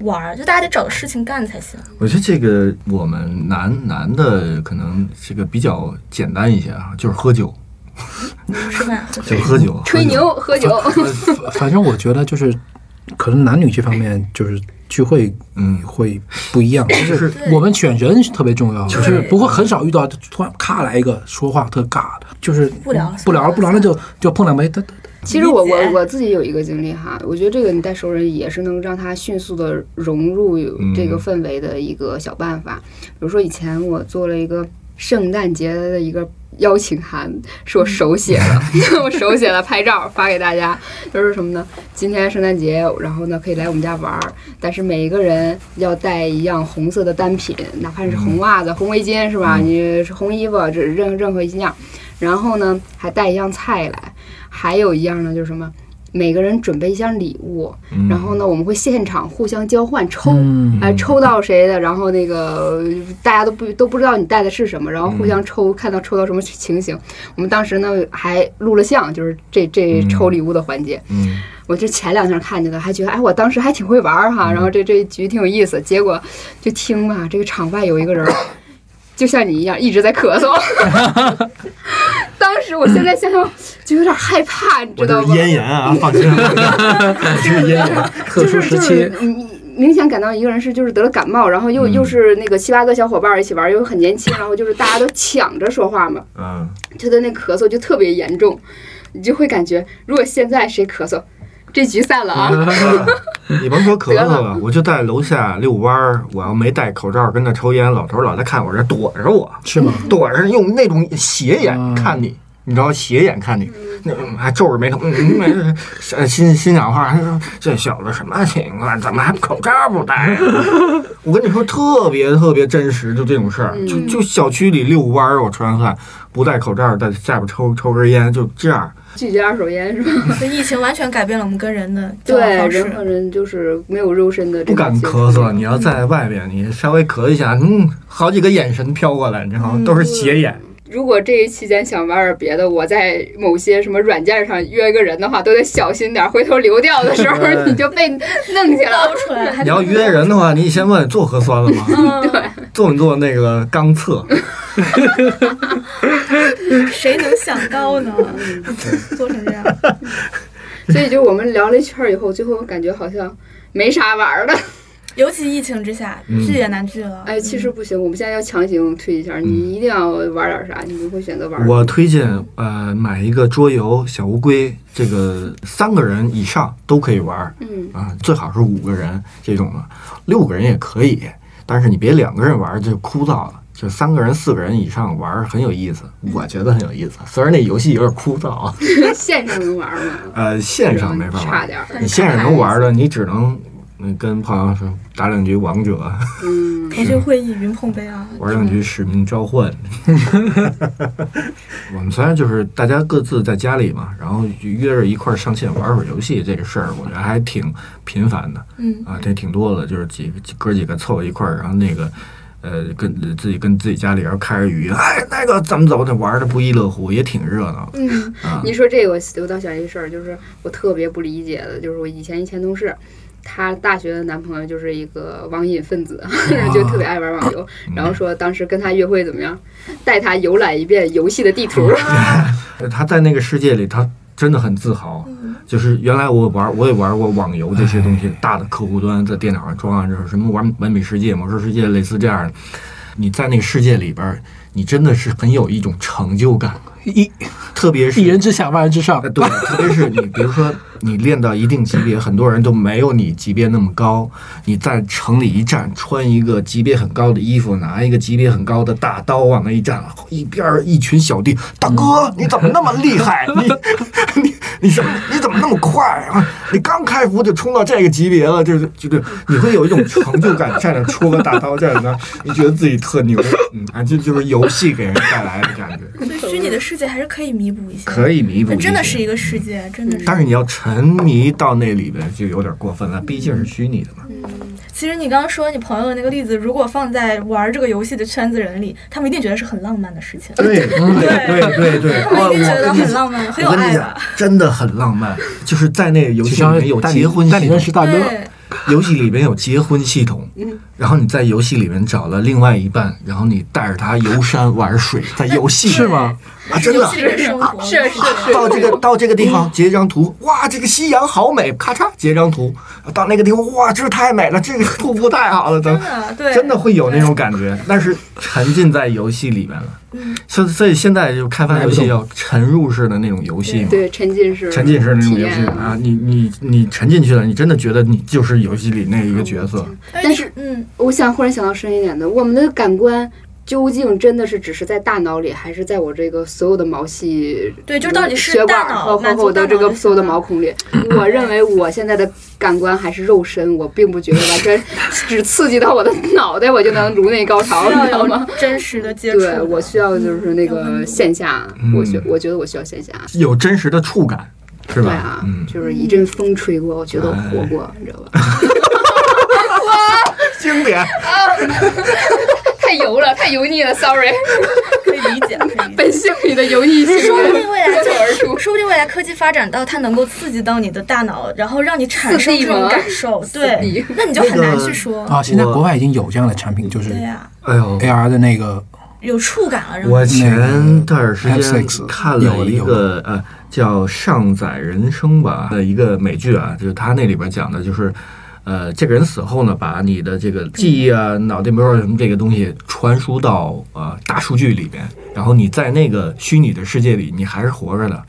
玩儿？就大家得找个事情干才行。我觉得这个我们男男的可能这个比较简单一些啊，就是喝酒，吃饭 就喝酒，吹喝酒。牛喝酒，反反正我觉得就是，可能男女这方面就是聚会嗯，会不一样，就是对我们选人是特别重要的，就是对不会很少遇到突然咔来一个说话特尬的，就是不聊了不聊了不聊了就就碰两杯，他其实我理解我我自己有一个经历哈，我觉得这个你带熟人也是能让他迅速的融入嗯这个氛围的一个小办法。比如说以前我做了一个圣诞节的一个邀请函，是我手写的， 我手写的拍照发给大家，就是什么呢？今天圣诞节，然后呢可以来我们家玩儿，但是每一个人要带一样红色的单品，哪怕是红袜子、红围巾是吧？你是红衣服，这任任何一样，然后呢还带一样菜来。还有一样呢，就是什么，每个人准备一箱礼物，嗯 然后呢，我们会现场互相交换抽，嗯哎，抽到谁的，然后那个大家都不都不知道你带的是什么，然后嗯互相抽，看到抽到什么情形。我们当时呢还录了像，就是这这嗯抽礼物的环节。嗯我就前两天看见的，还觉得哎，我当时还挺会玩儿嗯哈，然后这这一局挺有意思。结果就听吧，这个场外有一个人儿，就像你一样一直在 咳嗽。当时我现在想想就有点害怕，你我知这道是吗？咽炎啊，放 心，是烟特就殊是时就是期，你你明显感到一个人是就是得了感冒，然后嗯又、又是那个七八个小伙伴儿一起玩儿，又很年轻，然后就是大家都抢着说话嘛，嗯，他的那咳嗽就特别严重，你就会感觉如果现在谁咳嗽，这局散了嗯啊。 你甭说咳得嗽了了，我就在楼下遛弯儿，我要没戴口罩跟那抽烟，老头儿老在看我这躲着我，是吗？躲着用那种斜眼嗯看你，你知道斜眼看你，那嗯还皱着眉头，嗯嗯，没事呃心心想话，这小子什么情况？怎么还口罩不戴 啊？我跟你说，特别特别真实，就这种事儿，嗯就就小区里遛弯儿，我出完汗不戴口罩，在下边抽抽根烟，就这样。拒绝二手烟 是吧？所以疫情完全改变了我们跟人的交往对，方人和式。人就是没有肉身的这不种敢接触咳嗽，你嗯要在外边，你稍微咳一下，嗯，好几个眼神飘过来，你知道吗？都是斜眼。如果这一期间想玩点别的，我在某些什么软件上约一个人的话，都得小心点，回头流调的时候对你就被弄去捞 了。不出来，还嗯你要约人的话，你先问做核酸了吗？ 做没做那个肛测？谁能想到呢？ 做成这样， 所以就我们聊了一圈以后，最后感觉好像没啥 玩的。尤其疫情之下，嗯聚也难聚了。哎，其实不行，我们现在要强行推一下，你一定要玩点啥，你们会选择玩。我推荐呃买一个桌游《小乌龟》，这个三个人以上都可以玩儿嗯，啊，最好是五个人这种的，六个人也可以，但是你别两个人玩儿就枯燥了。就三个人、四个人以上玩儿很有意思，我觉得很有意思。虽然那游戏有点枯燥啊，线上能玩吗？ 呃，线上没法玩差儿。点儿。你线上能玩儿的，你只能嗯，跟朋友说打两局王者，嗯，同学会议云碰杯啊，玩两局使命召唤。我们虽然就是大家各自在家里嘛，然后就约着一块儿上线玩会儿游戏，这个事儿我觉得还挺频繁的嗯，啊，这挺多的，就是几几哥几个凑一块儿，然后那个。呃，跟自己跟自己家里人开着语音，哎，那个咱们走，那玩的不亦乐乎，也挺热闹的嗯啊。你说这个，我我倒想一事儿，就是我特别不理解的，就是我以前一前同事，她大学的男朋友就是一个网瘾分子， 就特别爱玩啊网游，嗯然后说当时跟她约会怎么样，带她游览一遍游戏的地图，哦呃他在那个世界里，他真的很自豪。就是原来我玩，我也玩过网游这些东西，大的客户端在电脑上装上，就是什么玩《完美世界》《魔兽世界》类似这样的。你在那个世界里边儿，你真的是很有一种成就感，一特别是一人之下，万人之上呃，。对，特别是你，比如说你练到一定级别，很多人都没有你级别那么高。你在城里一站，穿一个级别很高的衣服，拿一个级别很高的大刀往那一站，一边儿一群小弟，大哥，你怎么那么厉害？你你你怎么你怎么那么快啊？你刚开服就冲到这个级别了，就是就是你会有一种成就感，站着戳个大刀站在那儿，你觉得自己特牛，嗯，啊，这就是游戏给人带来的感觉，所以虚拟的世界还是可以弥补一些，可以，以弥补那一些。嗯真的是一个世界，真的是。但是你要沉迷到那里边就有点过分了，毕竟是虚拟的嘛。其实你刚刚说你朋友的那个例子，如果放在玩这个游戏的圈子人里，他们一定觉得是很浪漫的事情，对对对对他们一定觉得跟很你浪漫，很有哎我跟爱你吧讲。，真的很浪漫，就是在那个游就戏像里面有带你结婚带你系认识统，大哥，对，游戏里面有结婚系统，然后你在游戏里面找了另外一半，然后你带着他游山玩水，在游戏是吗？啊，真游的戏。里的 生活，是是是到这个到这个地方截一张图，哇，这个夕阳好美，咔嚓截一张图。到那个地方，哇，这太美了，这个瀑布太好了，咱真们的对，真的会有那种感觉，但是沉浸在游戏里面了。所以所以现在就开发游戏要沉入式的那种游戏嘛， 对，沉浸式，沉浸式的那种体游戏验啊，你你你沉进去了，你真的觉得你就是游戏里那一个角色。但是嗯，我想忽然想到深一点的，我们的感官究竟真的是只是在大脑里，还是在我这个所有的毛细对就是到底是血大管脑和和满足我大的脑这个的所有的想法毛孔 里？我认为我现在的感官还是肉身，我并不觉得完 全只刺激到我的脑袋，我就能颅内高潮，需你要知道吗有？真实的接触对的。嗯我需要就是那有温个度线下，嗯我觉我觉得我需要线下，有真实的触感，是对吧？啊嗯，，哎就是一阵风吹过，我觉得我活过，你知道吧？ 经典。太油了，太油腻了，sorry， 可以理解，可 以理解。本性里的油腻 性说不定未来脱口而这，出。说不定未来科技发展到它能够刺激到你的大脑，然后让你产生这四 D 种吗感受， D 对，那你就很难去说。啊！现在我国外已经有这样的产品，就是对呀、哎呦， AR 的那个，有触感啊了，然后我前段儿时间 Netflix 看了一个呃叫《上载人生》吧的一个美剧啊，就是它那里边讲的就是。呃，这个人死后呢，把你的这个记忆啊、脑电波啊什么这个东西传输到呃大数据里边，然后你在那个虚拟的世界里，你还是活着的。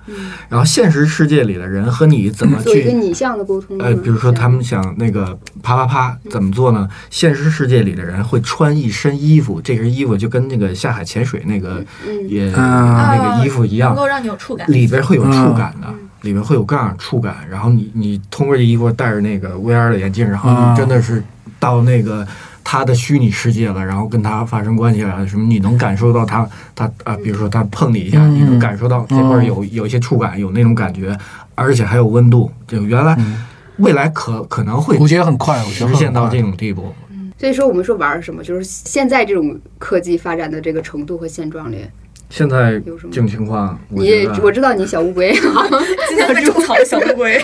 然后现实世界里的人和你怎么做一个啊去拟像的沟通吗。呃，比如说他们想那个啪啪啪怎么做呢？现实世界里的人会穿一身衣服，这身衣服就跟那个下海潜水那个嗯，也啊那个衣服一能样，够让你有触感。里边会有触感的，嗯里边会有各样的触感。然后你你通过这衣服戴着那个 VR 的眼镜，然后啊你真的是到那个他的虚拟世界了，然后跟他发生关系了，什么你能感受到他他啊，比如说他碰你一下，嗯你能感受到这块儿有有一些触感，有那种感觉，而且还有温度。就原来嗯未来可可能会我觉得很快，我觉得实很现到快这种地步。所以说我们说玩什么，就是现在这种科技发展的这个程度和现状里，现在有什么这种情况，我你觉也得我知道你小乌龟，啊今 天在种草小乌 龟，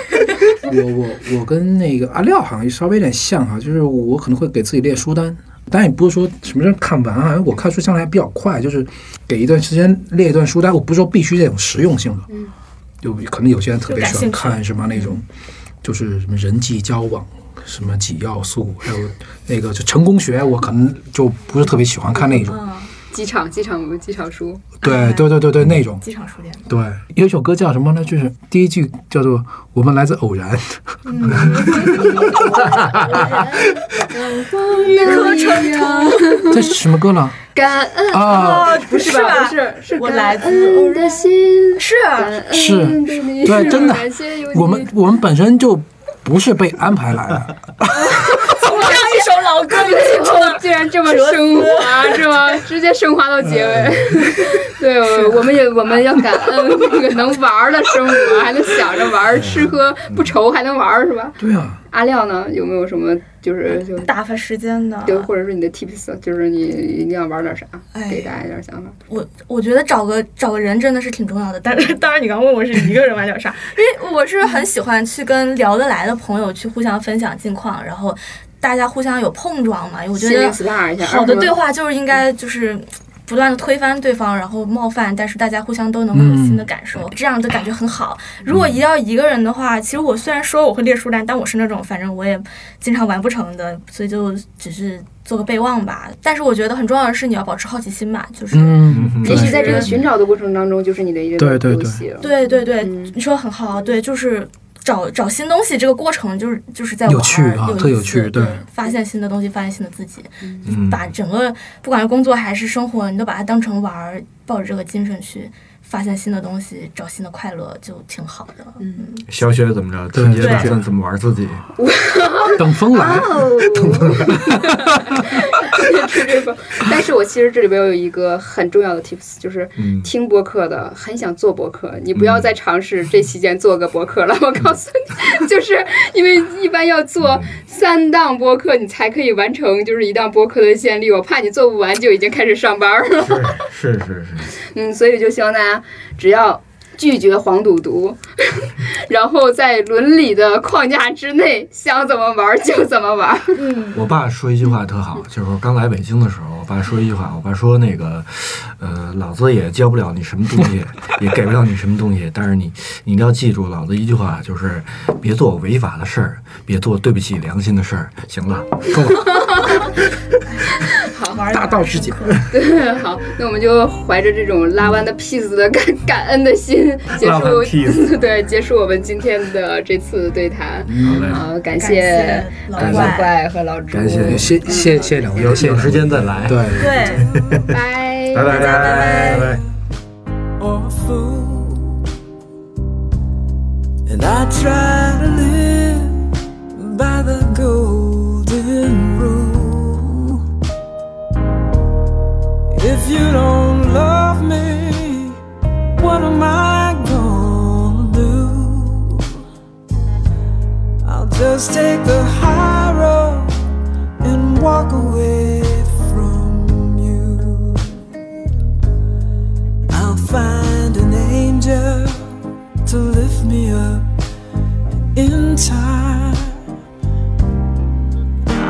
我我我跟那个阿廖好像稍微有点像哈、就是我可能会给自己列书单，但也不是说什么时候看完啊，因为我看书向来还比较快，就是给一段时间列一段书单，我不是说必须这种实用性的，嗯，就可能有些人特别喜欢看什么那种，就是什么人际交往。什么几要素，还有那个就成功学，我可能就不是特别喜欢看那种。嗯，机场机场机场 书，对对对对对，那种。机场书店。对，有一首歌叫什么呢？就是第一句叫做“我们来自偶然”，科传啊这是什么歌呢？感恩啊，哦，不是吧？不吧？是，是我感来自恩的心，是啊感恩的你是对真的感谢有你我们我们本身就不是被安排来的， 这么升华是吗？直接升华到结尾。嗯 对，我们也我们要感恩这个能玩儿的生活，还能想着玩儿，吃喝嗯不愁，还能玩儿是吧？ 对啊，阿廖呢，有没有什么就是就 打发时间的。就或者是你的 tips，就是你一定要玩点啥，哎给大家一点想法。我我觉得找个找个人真的是挺重要的，但是当然你刚问我是一个人玩点啥， 因为我是很喜欢去跟聊得来的朋友去互相分享近况，然后大家互相有碰撞嘛，因为我觉心灵得 SPA 一下，好的对话，话就是应该就是不断的推翻对方，然后冒犯，但是大家互相都能够有新的嗯感受，这样的感觉很好。如果一要一个人的话，其实我虽然说我会列书单，但我是那种反正我也经常完不成的，所以就只是做个备忘吧。但是我觉得很重要的是你要保持好奇心吧，就是。嗯，也对许在这个寻找的过程当中，就是你的一个对对游对戏了。对对对，嗯你说得很好，啊对，就是找找新东西这个过程，就是就是在有玩趣儿啊有特意有思趣对对，发现新的东西，发现新的自己，嗯把整个不管是工作还是生活，你都把它当成玩儿，抱着这个精神去。发现新的东西，找新的快乐就挺好的。嗯，小雪怎么着？对春节对打算怎么玩自己？等风来，吃这个， 但是我其实这里边有一个很重要的 tips，就是嗯听播客的很想做播客，你不要再尝试这期间做个播客了。我告诉你，就是因为一般要做三档播客，你才可以完成就是一档播客的限力。我怕你做不完就已经开始上班了。 是是是是，嗯，所以就希望大家只要拒绝黄赌毒， 然后在伦理的框架之内，想怎么玩就怎么玩。我爸说一句话特好，就是我刚来北京的时候，我爸说一句话，我爸说那个，呃，老子也教不了你什么东西， 也给不了你什么东西，但是你你一定要记住老子一句话，就是别做违法的事儿，别做对不起良心的事儿，行了，够 了，玩儿大道至简。 好，那我们就怀着这种拉弯的 peace 的感感恩的心，结 Love and 束 peace 对结束我们今天的这次对谈。嗯好嘞，好，感感谢谢老感谢外老怪和老朱，感谢对谢谢谢两位，有谢谢有两时位间再来，对。对。拜拜拜拜拜拜拜拜。 or a fool. And I try to live by the golden rule. If you don't love me, what am I gonna do? I'll just take the high road and walk away from you. I'll find an angel to lift me up in time.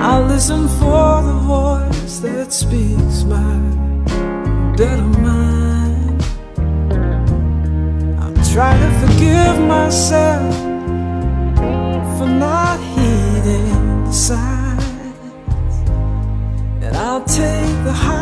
I'll listen for the voice that speaks my better mind. I'll try to forgive myself for not heeding the signs, and I'll take the high.